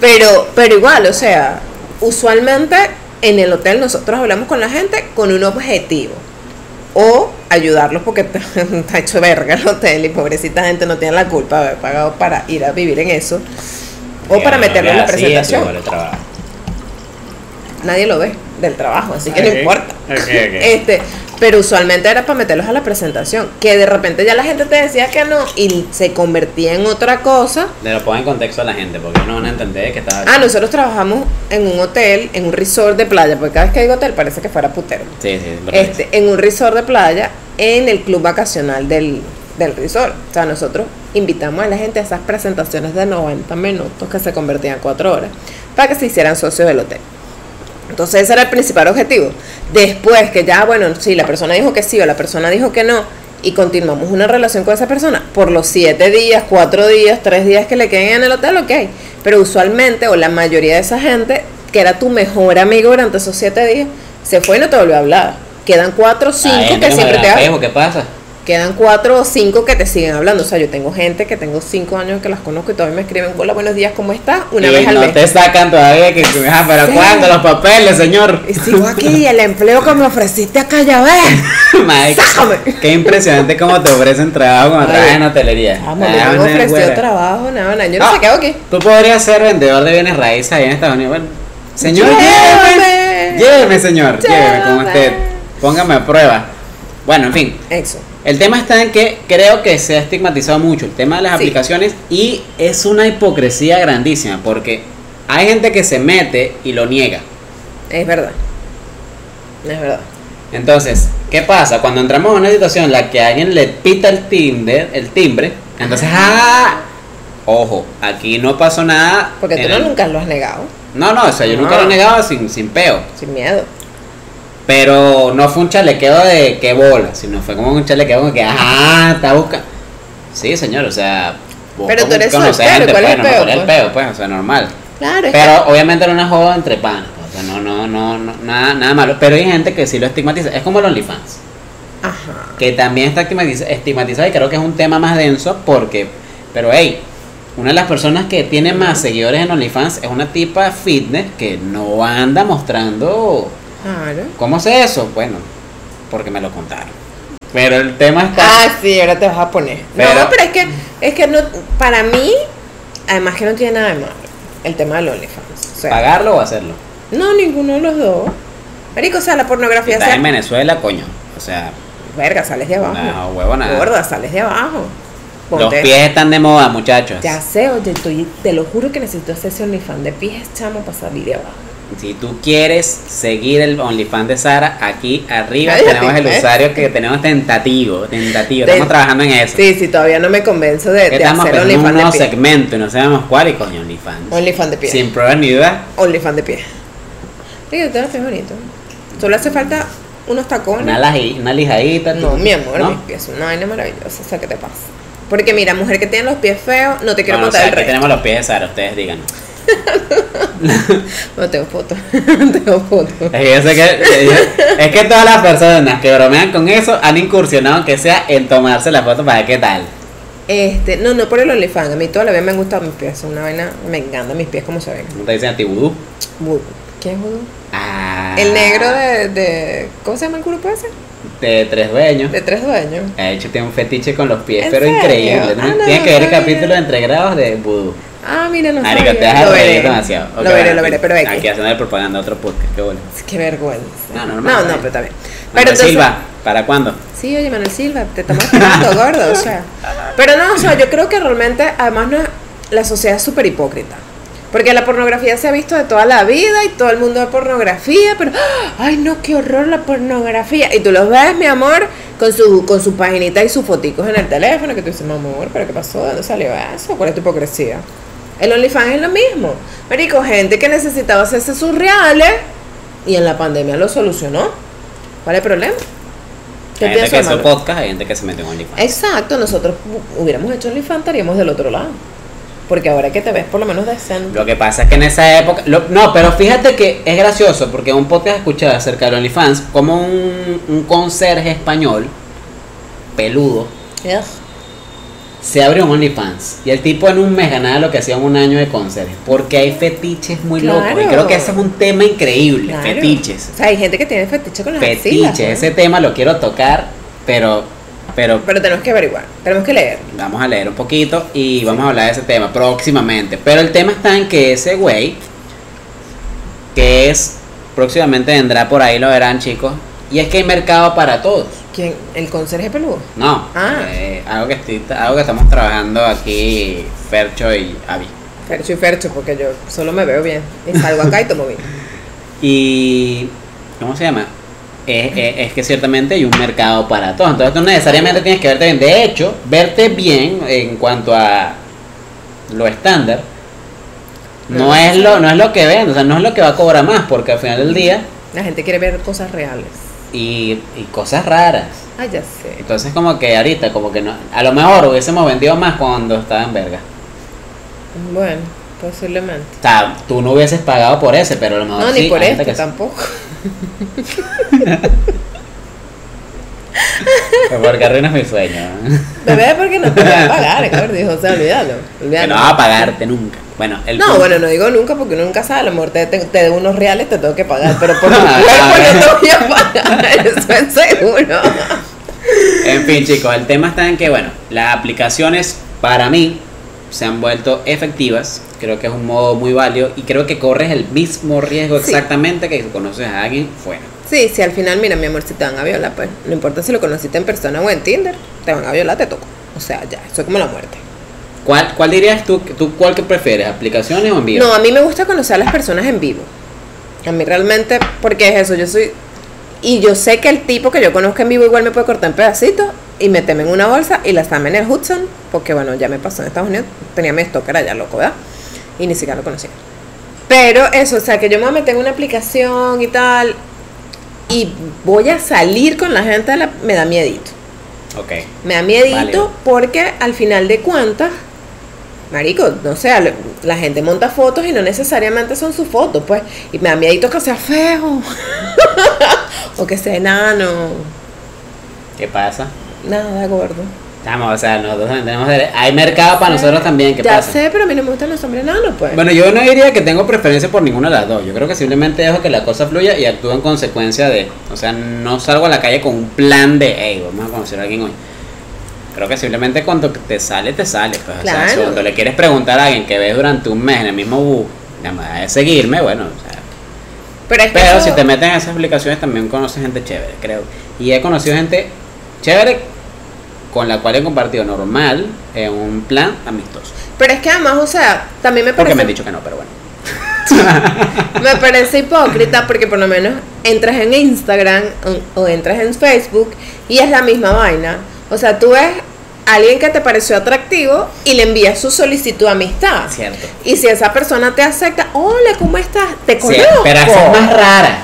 [SPEAKER 2] Pero, pero igual, o sea, usualmente en el hotel nosotros hablamos con la gente con un objetivo. O ayudarlos porque está hecho verga el hotel y pobrecita gente no tiene la culpa de haber pagado para ir a vivir en eso. O
[SPEAKER 1] Y
[SPEAKER 2] para
[SPEAKER 1] ahora
[SPEAKER 2] meterlo en la
[SPEAKER 1] así, así
[SPEAKER 2] presentación.
[SPEAKER 1] vale el trabajo.
[SPEAKER 2] Nadie lo ve del trabajo, así que no
[SPEAKER 1] Ok,
[SPEAKER 2] importa.
[SPEAKER 1] ok, ok.
[SPEAKER 2] Este, pero usualmente era para meterlos a la presentación, que de repente ya la gente te decía que no y se convertía en otra cosa.
[SPEAKER 1] Le lo pongo en contexto a la gente, porque no van a entender que estaba.
[SPEAKER 2] Ah, nosotros trabajamos en un hotel, en un resort de playa, porque cada vez que digo hotel parece que fuera putero.
[SPEAKER 1] Sí, sí, lo que
[SPEAKER 2] Este, en un resort de playa, en el club vacacional del, del resort. O sea, nosotros invitamos a la gente a esas presentaciones de 90 minutos que se convertían en 4 horas, para que se hicieran socios del hotel. Entonces ese era el principal objetivo. Después que ya, bueno, si la persona dijo que sí o la persona dijo que no, y continuamos una relación con esa persona por los siete días, cuatro días, tres días que le queden en el hotel, ok. Pero usualmente, o la mayoría de esa gente, que era tu mejor amigo durante esos siete días, se fue y no te volvió a hablar. Quedan cuatro o cinco
[SPEAKER 1] Ay,
[SPEAKER 2] que
[SPEAKER 1] mira,
[SPEAKER 2] siempre te hablan.
[SPEAKER 1] ¿Qué pasa?
[SPEAKER 2] Quedan cuatro o cinco que te siguen hablando. O sea, yo tengo gente que tengo cinco años que las conozco y todavía me escriben, hola, buenos días, ¿cómo estás? Una
[SPEAKER 1] y
[SPEAKER 2] vez al
[SPEAKER 1] no
[SPEAKER 2] mes.
[SPEAKER 1] te sacan todavía que, que, ah, pero
[SPEAKER 2] Sí.
[SPEAKER 1] cuándo los papeles, señor.
[SPEAKER 2] Y sigo aquí, el empleo que me ofreciste acá ya ves.
[SPEAKER 1] Madre,
[SPEAKER 2] Sácame.
[SPEAKER 1] Qué impresionante cómo te ofrecen trabajo cuando
[SPEAKER 2] Ay.
[SPEAKER 1] trabajas en hotelería.
[SPEAKER 2] Vamos,
[SPEAKER 1] Ah,
[SPEAKER 2] yo no me
[SPEAKER 1] una
[SPEAKER 2] ofreció
[SPEAKER 1] güera.
[SPEAKER 2] trabajo, nada, nada. Yo no
[SPEAKER 1] Ah,
[SPEAKER 2] sé qué hago aquí.
[SPEAKER 1] Tú podrías ser vendedor de bienes raíces ahí en Estados Unidos. Bueno, señor,
[SPEAKER 2] Llévame.
[SPEAKER 1] lléveme. Lléveme, señor. Lléveme con
[SPEAKER 2] Llévame.
[SPEAKER 1] usted. Póngame a prueba. Bueno, en fin.
[SPEAKER 2] Eso.
[SPEAKER 1] El tema está en que creo que se ha estigmatizado mucho el tema de las
[SPEAKER 2] Sí.
[SPEAKER 1] aplicaciones y es una hipocresía grandísima porque hay gente que se mete y lo niega.
[SPEAKER 2] Es verdad. Es verdad.
[SPEAKER 1] Entonces, ¿qué pasa? Cuando entramos en una situación en la que alguien le pita el timbre, el timbre, entonces, ¡ah! Ojo, aquí no pasó nada.
[SPEAKER 2] Porque tú
[SPEAKER 1] en
[SPEAKER 2] no
[SPEAKER 1] el-
[SPEAKER 2] nunca Ah. lo has negado.
[SPEAKER 1] No, no, o sea, yo nunca
[SPEAKER 2] No.
[SPEAKER 1] lo he negado sin, sin peo.
[SPEAKER 2] Sin miedo.
[SPEAKER 1] Pero no fue un chalequeo de que bola, sino fue como un chalequeo como que, ajá, está buscando. Sí, señor, o sea. vos
[SPEAKER 2] Pero tú
[SPEAKER 1] como
[SPEAKER 2] eres
[SPEAKER 1] conocés
[SPEAKER 2] soltero, ¿cuál es el
[SPEAKER 1] pues, no,
[SPEAKER 2] peo,
[SPEAKER 1] ¿cuál es el
[SPEAKER 2] pues?
[SPEAKER 1] peo, pues, o sea, normal.
[SPEAKER 2] Claro, es
[SPEAKER 1] Pero obviamente era una joda entre panas, pues, o sea, no, no, no, no, nada, nada malo. Pero hay gente que sí lo estigmatiza, es como el OnlyFans.
[SPEAKER 2] que- Ajá.
[SPEAKER 1] que también está estigmatiza- estigmatizado y creo que es un tema más denso porque, pero hey, una de las personas que tiene más seguidores en OnlyFans es una tipa fitness que no anda mostrando
[SPEAKER 2] Claro.
[SPEAKER 1] cómo sé eso, bueno, porque me lo contaron. Pero el tema está,
[SPEAKER 2] Ah, sí, ahora te vas a poner.
[SPEAKER 1] Pero-
[SPEAKER 2] no, pero es que, es que no, para mí, además que no tiene nada de malo el tema del OnlyFans. O sea,
[SPEAKER 1] pagarlo o hacerlo.
[SPEAKER 2] no, ninguno de los dos. Marico, o sea, la pornografía
[SPEAKER 1] Está en
[SPEAKER 2] sea,
[SPEAKER 1] Venezuela, coño. O sea,
[SPEAKER 2] verga, sales de abajo.
[SPEAKER 1] no, huevo nada.
[SPEAKER 2] Gorda, sales de abajo.
[SPEAKER 1] Los
[SPEAKER 2] Ponte-
[SPEAKER 1] pies están de moda, muchachos.
[SPEAKER 2] Ya sé, oye, estoy, te lo juro que necesito hacer ese OnlyFans de pies, chamo, para salir de abajo.
[SPEAKER 1] Si tú quieres seguir el OnlyFans de Sara, aquí arriba
[SPEAKER 2] Cállate,
[SPEAKER 1] tenemos el
[SPEAKER 2] ¿eh?
[SPEAKER 1] usuario que tenemos tentativo, tentativo.
[SPEAKER 2] Ten-
[SPEAKER 1] Estamos trabajando en eso.
[SPEAKER 2] Sí, sí, todavía no me convenzo de,
[SPEAKER 1] Que
[SPEAKER 2] de
[SPEAKER 1] estamos
[SPEAKER 2] hacer
[SPEAKER 1] pensando en un
[SPEAKER 2] OnlyFans de
[SPEAKER 1] nuevo
[SPEAKER 2] pie.
[SPEAKER 1] segmento y no sabemos cuál y coño OnlyFans.
[SPEAKER 2] OnlyFans de pie.
[SPEAKER 1] Sin pruebas ni dudas.
[SPEAKER 2] OnlyFans de pie. Fíjate, todo es bonito. Solo hace falta unos tacones.
[SPEAKER 1] Una, laji- una lijadita.
[SPEAKER 2] No,
[SPEAKER 1] tú-
[SPEAKER 2] mi amor,
[SPEAKER 1] ¿no?
[SPEAKER 2] mis pies son una vaina maravillosa. O sea, ¿qué te pasa? Porque mira, mujer que tiene los pies feos, no te quiero
[SPEAKER 1] Bueno, o
[SPEAKER 2] contar
[SPEAKER 1] sea,
[SPEAKER 2] el
[SPEAKER 1] aquí
[SPEAKER 2] resto.
[SPEAKER 1] tenemos los pies de Sara, ustedes díganos.
[SPEAKER 2] No tengo foto. no tengo foto.
[SPEAKER 1] Es que, yo sé que- yo- es que todas las personas que bromean con eso han incursionado, aunque sea en tomarse la foto para ver qué tal.
[SPEAKER 2] Este, no, no por el OnlyFans. A mí toda la vida me han gustado mis pies. Son una vaina. Me encantan mis pies como se ven.
[SPEAKER 1] ¿Cómo te dicen a ti, vudú?
[SPEAKER 2] Bu- ¿Quién es Voodoo?
[SPEAKER 1] Ah,
[SPEAKER 2] El negro de, de. ¿Cómo se llama el grupo ese?
[SPEAKER 1] De tres dueños.
[SPEAKER 2] De tres dueños.
[SPEAKER 1] De hecho, tiene un fetiche con los pies,
[SPEAKER 2] ¿En
[SPEAKER 1] pero
[SPEAKER 2] serio?
[SPEAKER 1] increíble.
[SPEAKER 2] Ah, no,
[SPEAKER 1] Tienes que ver el
[SPEAKER 2] está bien.
[SPEAKER 1] capítulo de entregrados de vudú.
[SPEAKER 2] Ah, mira, no
[SPEAKER 1] Marico,
[SPEAKER 2] sabía.
[SPEAKER 1] te vas a
[SPEAKER 2] Lo
[SPEAKER 1] reír
[SPEAKER 2] veré.
[SPEAKER 1] demasiado. Ok,
[SPEAKER 2] Lo veré,
[SPEAKER 1] bueno,
[SPEAKER 2] lo veré, pero
[SPEAKER 1] Aquí
[SPEAKER 2] X.
[SPEAKER 1] haciendo propaganda a otro podcast, qué bueno.
[SPEAKER 2] Qué vergüenza.
[SPEAKER 1] No,
[SPEAKER 2] no,
[SPEAKER 1] normal,
[SPEAKER 2] no,
[SPEAKER 1] está bien.
[SPEAKER 2] pero también.
[SPEAKER 1] Manuel
[SPEAKER 2] Pero entonces,
[SPEAKER 1] Silva, ¿para cuándo?
[SPEAKER 2] Sí, oye, Manuel Silva, te estamos esperando, gordo, o sea. Pero no, o sea, yo creo que realmente, además, no es- la sociedad es súper hipócrita. Porque la pornografía se ha visto de toda la vida y todo el mundo de pornografía, pero, ¡ah! ay no, qué horror la pornografía. Y tú los ves, mi amor, con su, con su paginita y sus foticos en el teléfono, que tú dices, mi amor, pero ¿qué pasó? ¿De dónde salió eso? ¿Cuál es tu hipocresía? El OnlyFans es lo mismo. Marico, gente que necesitaba hacerse sus reales y en la pandemia lo solucionó. ¿Cuál es el problema? ¿Qué
[SPEAKER 1] Hay gente
[SPEAKER 2] pienso,
[SPEAKER 1] que hace
[SPEAKER 2] hermano?
[SPEAKER 1] podcast, hay gente que se mete en
[SPEAKER 2] Eh.
[SPEAKER 1] OnlyFans.
[SPEAKER 2] Exacto, nosotros hu- hubiéramos hecho OnlyFans, estaríamos del otro lado. Porque ahora que te ves por lo menos decente.
[SPEAKER 1] Lo que pasa es que en esa época. lo- no, pero fíjate que es gracioso porque un podcast escuchaba acerca de OnlyFans como un, un conserje español, peludo,
[SPEAKER 2] Ugh.
[SPEAKER 1] se abrió un OnlyFans. Y el tipo en un mes ganaba lo que hacía en un año de conserje. Porque hay fetiches muy locos. Y
[SPEAKER 2] Claro.
[SPEAKER 1] creo que ese es un tema increíble:
[SPEAKER 2] Claro. pues.
[SPEAKER 1] fetiches.
[SPEAKER 2] O sea, hay gente que tiene fetiche con las axilas,
[SPEAKER 1] Fetiches.
[SPEAKER 2] ¿no?
[SPEAKER 1] Ese tema lo quiero tocar, pero. Pero
[SPEAKER 2] Pero tenemos que averiguar, tenemos que leer.
[SPEAKER 1] Vamos a leer un poquito y vamos a hablar de ese tema próximamente. Pero el tema está en que ese güey, que es próximamente vendrá por ahí, lo verán chicos, y es que hay mercado para todos.
[SPEAKER 2] ¿Quién? ¿El conserje peludo?
[SPEAKER 1] No,
[SPEAKER 2] Ah.
[SPEAKER 1] eh, algo, que estoy- algo que estamos trabajando aquí, Fercho y Avi.
[SPEAKER 2] Fercho y Fercho, porque yo solo me veo bien. Y salgo acá y tomo vino.
[SPEAKER 1] Y, ¿cómo se llama? Es, es- es que ciertamente hay un mercado para todos. Entonces tú necesariamente tienes que verte bien. De hecho, verte bien en cuanto a lo estándar no es lo, no es lo que ven, o sea, no es lo que va a cobrar más, porque al final del día
[SPEAKER 2] La gente quiere ver cosas reales.
[SPEAKER 1] y, y cosas raras.
[SPEAKER 2] Ah, ya sé.
[SPEAKER 1] Entonces como que ahorita, como que no, a lo mejor hubiésemos vendido más cuando estaba en verga.
[SPEAKER 2] Bueno, posiblemente.
[SPEAKER 1] O sea, tú no hubieses pagado por ese, pero a lo mejor
[SPEAKER 2] No,
[SPEAKER 1] Ah, sí,
[SPEAKER 2] ni por este
[SPEAKER 1] hay gente que
[SPEAKER 2] esto
[SPEAKER 1] sí.
[SPEAKER 2] tampoco.
[SPEAKER 1] Porque arruinas mi sueño. ¿eh?
[SPEAKER 2] Bebé, porque no te va a pagar, Gordy. O sea, olvídalo.
[SPEAKER 1] Que
[SPEAKER 2] olvídalo.
[SPEAKER 1] no vas a pagarte nunca. Bueno, el
[SPEAKER 2] No,
[SPEAKER 1] punto-
[SPEAKER 2] bueno, no digo nunca porque uno nunca sabe. A lo mejor te, te, te de unos reales, te tengo que pagar. Pero por tu
[SPEAKER 1] Ah,
[SPEAKER 2] cuerpo
[SPEAKER 1] claro.
[SPEAKER 2] no te voy a pagar. Eso es seguro.
[SPEAKER 1] En fin, chicos, el tema está en que, bueno, las aplicaciones para mí se han vuelto efectivas. Creo que es un modo muy válido y creo que corres el mismo riesgo
[SPEAKER 2] Sí.
[SPEAKER 1] exactamente que si conoces a alguien fuera.
[SPEAKER 2] Sí, sí, al final, mira, mi amor, si te van a violar, pues no importa si lo conociste en persona o en Tinder, te van a violar, te toco. O sea, ya, eso es como la muerte.
[SPEAKER 1] ¿Cuál, cuál dirías tú, tú cuál que prefieres, aplicaciones o en vivo?
[SPEAKER 2] No, a mí me gusta conocer a las personas en vivo. A mí realmente, porque es eso, yo soy... Y yo sé que el tipo que yo conozco en vivo igual me puede cortar en pedacitos y meterme en una bolsa y la en el Hudson, porque bueno, ya me pasó en Estados Unidos, tenía mi stalker allá loco, ¿verdad? Y ni siquiera lo conocía. Pero eso, o sea, que yo me voy a meter en una aplicación y tal, y voy a salir con la gente, de la- me da miedito.
[SPEAKER 1] Ok.
[SPEAKER 2] Me da miedito
[SPEAKER 1] Válido.
[SPEAKER 2] porque al final de cuentas, marico, no sé, al- la gente monta fotos y no necesariamente son sus fotos, pues. Y me da miedito que sea feo. o que sea enano.
[SPEAKER 1] ¿Qué pasa?
[SPEAKER 2] Nada, gordo.
[SPEAKER 1] Estamos, o sea, nosotros también tenemos dere- Hay mercado para nosotros también, ¿qué
[SPEAKER 2] ya
[SPEAKER 1] pasa?
[SPEAKER 2] sé, pero a mí no me gustan los hombres enanos, pues.
[SPEAKER 1] Bueno, yo no diría que tengo preferencia por ninguna de las dos. Yo creo que simplemente dejo que la cosa fluya y actúo en consecuencia de. O sea, no salgo a la calle con un plan de, hey, vamos a conocer a alguien hoy. Creo que simplemente cuando te sale, te sale. Pues, o sea,
[SPEAKER 2] Claro.
[SPEAKER 1] si cuando le quieres preguntar a alguien que ves durante un mes en el mismo bus, la manera de seguirme, bueno, o sea,
[SPEAKER 2] pero es que
[SPEAKER 1] pero
[SPEAKER 2] eso-
[SPEAKER 1] si te metes en esas aplicaciones también conoces gente chévere, creo. Y he conocido gente chévere con la cual he compartido normal en un plan amistoso.
[SPEAKER 2] pero es que además, o sea, también me
[SPEAKER 1] Porque
[SPEAKER 2] parece,
[SPEAKER 1] me han dicho que no, pero bueno.
[SPEAKER 2] me parece hipócrita porque por lo menos entras en Instagram o, o entras en Facebook y es la misma vaina. O sea, tú ves a alguien que te pareció atractivo y le envías su solicitud de amistad.
[SPEAKER 1] Cierto.
[SPEAKER 2] Y si esa persona te acepta, hola, ¿cómo estás? Te
[SPEAKER 1] Sí,
[SPEAKER 2] conozco.
[SPEAKER 1] pero esa es más rara.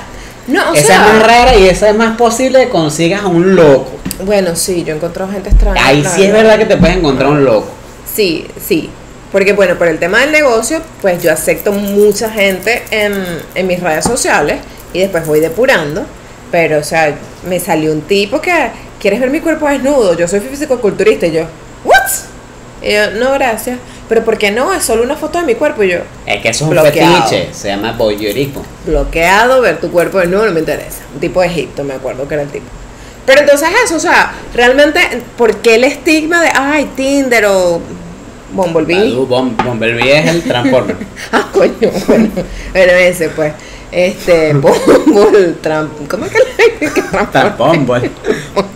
[SPEAKER 2] No, Ah, o
[SPEAKER 1] esa
[SPEAKER 2] sea,
[SPEAKER 1] es más rara y esa es más posible que consigas a un loco.
[SPEAKER 2] Bueno, sí, yo he encontrado gente extraña.
[SPEAKER 1] Ahí
[SPEAKER 2] la
[SPEAKER 1] sí es verdad que te puedes encontrar un loco.
[SPEAKER 2] Sí, sí. Porque bueno, por el tema del negocio, pues yo acepto mucha gente en, en mis redes sociales y después voy depurando. Pero, o sea, me salió un tipo que, ¿quieres ver mi cuerpo desnudo? Yo soy fisicoculturista y yo, ¿what? Y yo, no, gracias. Pero ¿por qué no? Es solo una foto de mi cuerpo y yo,
[SPEAKER 1] Es que eso es un
[SPEAKER 2] Bloqueado.
[SPEAKER 1] fetiche, se llama voyeurismo.
[SPEAKER 2] bloqueado, ver tu cuerpo desnudo, no me interesa. Un tipo de Egipto, me acuerdo que era el tipo. Pero entonces eso, o sea, realmente, ¿por qué el estigma de, ay, Tinder o Bumblebee?
[SPEAKER 1] Badu Bom- Bumblebee es el transformer.
[SPEAKER 2] Ah, coño, bueno, bueno, ese pues. Este, Bumble, Trump, ¿cómo es que le que Trump?
[SPEAKER 1] Está Bumble.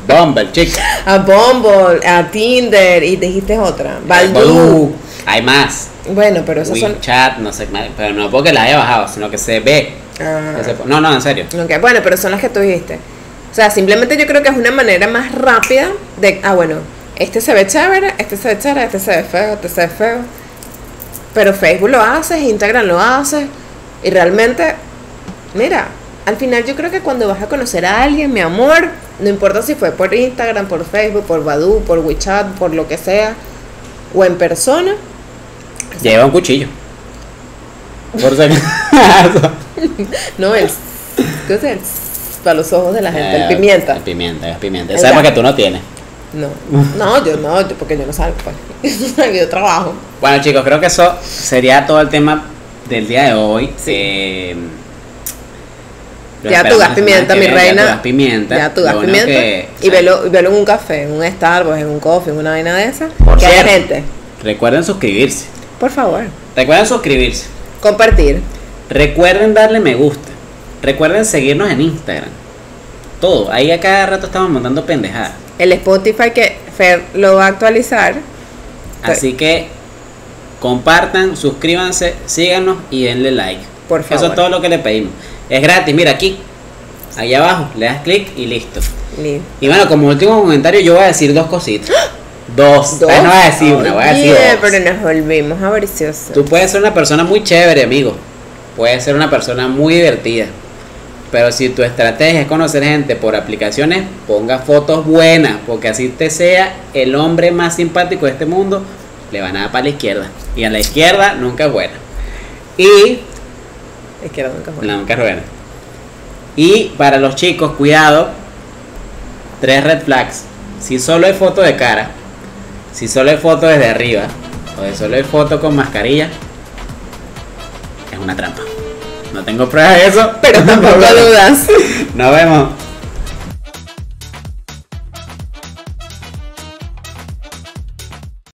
[SPEAKER 1] Bumble, chica.
[SPEAKER 2] A Bumble, a Tinder, y dijiste otra, Baldu.
[SPEAKER 1] Badoo. Hay más.
[SPEAKER 2] Bueno, pero esas son.
[SPEAKER 1] WeChat, no sé, mar- pero no porque la haya bajado, sino que se ve.
[SPEAKER 2] Ah,
[SPEAKER 1] Que se po- no, no, en serio.
[SPEAKER 2] ok, bueno, pero son las que tú dijiste. O sea, simplemente yo creo que es una manera más rápida de. Ah, bueno, este se ve chévere, este se ve chévere, este se ve feo, este se ve feo. Pero Facebook lo hace, Instagram lo hace. Y realmente, mira, al final yo creo que cuando vas a conocer a alguien, mi amor, no importa si fue por Instagram, por Facebook, por Badoo, por WeChat, por lo que sea, o en persona,
[SPEAKER 1] Lleva un cuchillo. Por si acaso.
[SPEAKER 2] no el. ¿Qué es el? Para los ojos de la gente, el
[SPEAKER 1] Eh,
[SPEAKER 2] pimienta.
[SPEAKER 1] El pimienta, el pimienta.
[SPEAKER 2] El
[SPEAKER 1] Esa arma
[SPEAKER 2] gas.
[SPEAKER 1] que tú no tienes.
[SPEAKER 2] No, no, yo no, yo- porque yo no salgo, pues. yo trabajo.
[SPEAKER 1] Bueno, chicos, creo que eso sería todo el tema del día de hoy. Eh, lo
[SPEAKER 2] Ya
[SPEAKER 1] esperamos
[SPEAKER 2] tú gas
[SPEAKER 1] la semana
[SPEAKER 2] pimienta,
[SPEAKER 1] que
[SPEAKER 2] mi
[SPEAKER 1] viene.
[SPEAKER 2] reina.
[SPEAKER 1] Ya tú gas pimienta.
[SPEAKER 2] Ya tú das
[SPEAKER 1] Lo bueno
[SPEAKER 2] pimienta.
[SPEAKER 1] que-
[SPEAKER 2] y, velo, y velo en un café, en un Starbucks, en un coffee, en una vaina de esas.
[SPEAKER 1] Por
[SPEAKER 2] que haya
[SPEAKER 1] cierto.
[SPEAKER 2] gente.
[SPEAKER 1] Recuerden suscribirse.
[SPEAKER 2] Por favor.
[SPEAKER 1] Recuerden suscribirse.
[SPEAKER 2] Compartir.
[SPEAKER 1] Recuerden darle me gusta. Recuerden seguirnos en Instagram. Todo. Ahí a cada rato estamos montando pendejadas.
[SPEAKER 2] El Spotify que Fer lo va a actualizar.
[SPEAKER 1] Así que compartan, suscríbanse, síganos y denle like.
[SPEAKER 2] Por
[SPEAKER 1] Eso
[SPEAKER 2] favor.
[SPEAKER 1] es todo lo que le pedimos. Es gratis, mira aquí. Ahí abajo, le das clic y listo.
[SPEAKER 2] Li-
[SPEAKER 1] Y bueno, como último comentario, yo voy a decir dos cositas. Dos.
[SPEAKER 2] Dos.
[SPEAKER 1] Ah, No voy a decir una, voy a decir
[SPEAKER 2] Oye,
[SPEAKER 1] dos.
[SPEAKER 2] pero nos volvimos avariciosos.
[SPEAKER 1] Tú puedes ser una persona muy chévere, amigo. Puedes ser una persona muy divertida. Pero si tu estrategia es conocer gente por aplicaciones, ponga fotos buenas, porque así te sea el hombre más simpático de este mundo, le van a dar para la izquierda. Y a la izquierda nunca es buena. Y
[SPEAKER 2] Izquierda nunca es buena.
[SPEAKER 1] la nunca es buena. Y para los chicos, cuidado, tres red flags. Si solo hay foto de cara, si solo hay foto desde arriba, o si solo hay foto con mascarilla, es una trampa. No tengo pruebas de eso,
[SPEAKER 2] Pero tampoco dudas.
[SPEAKER 1] Nos vemos.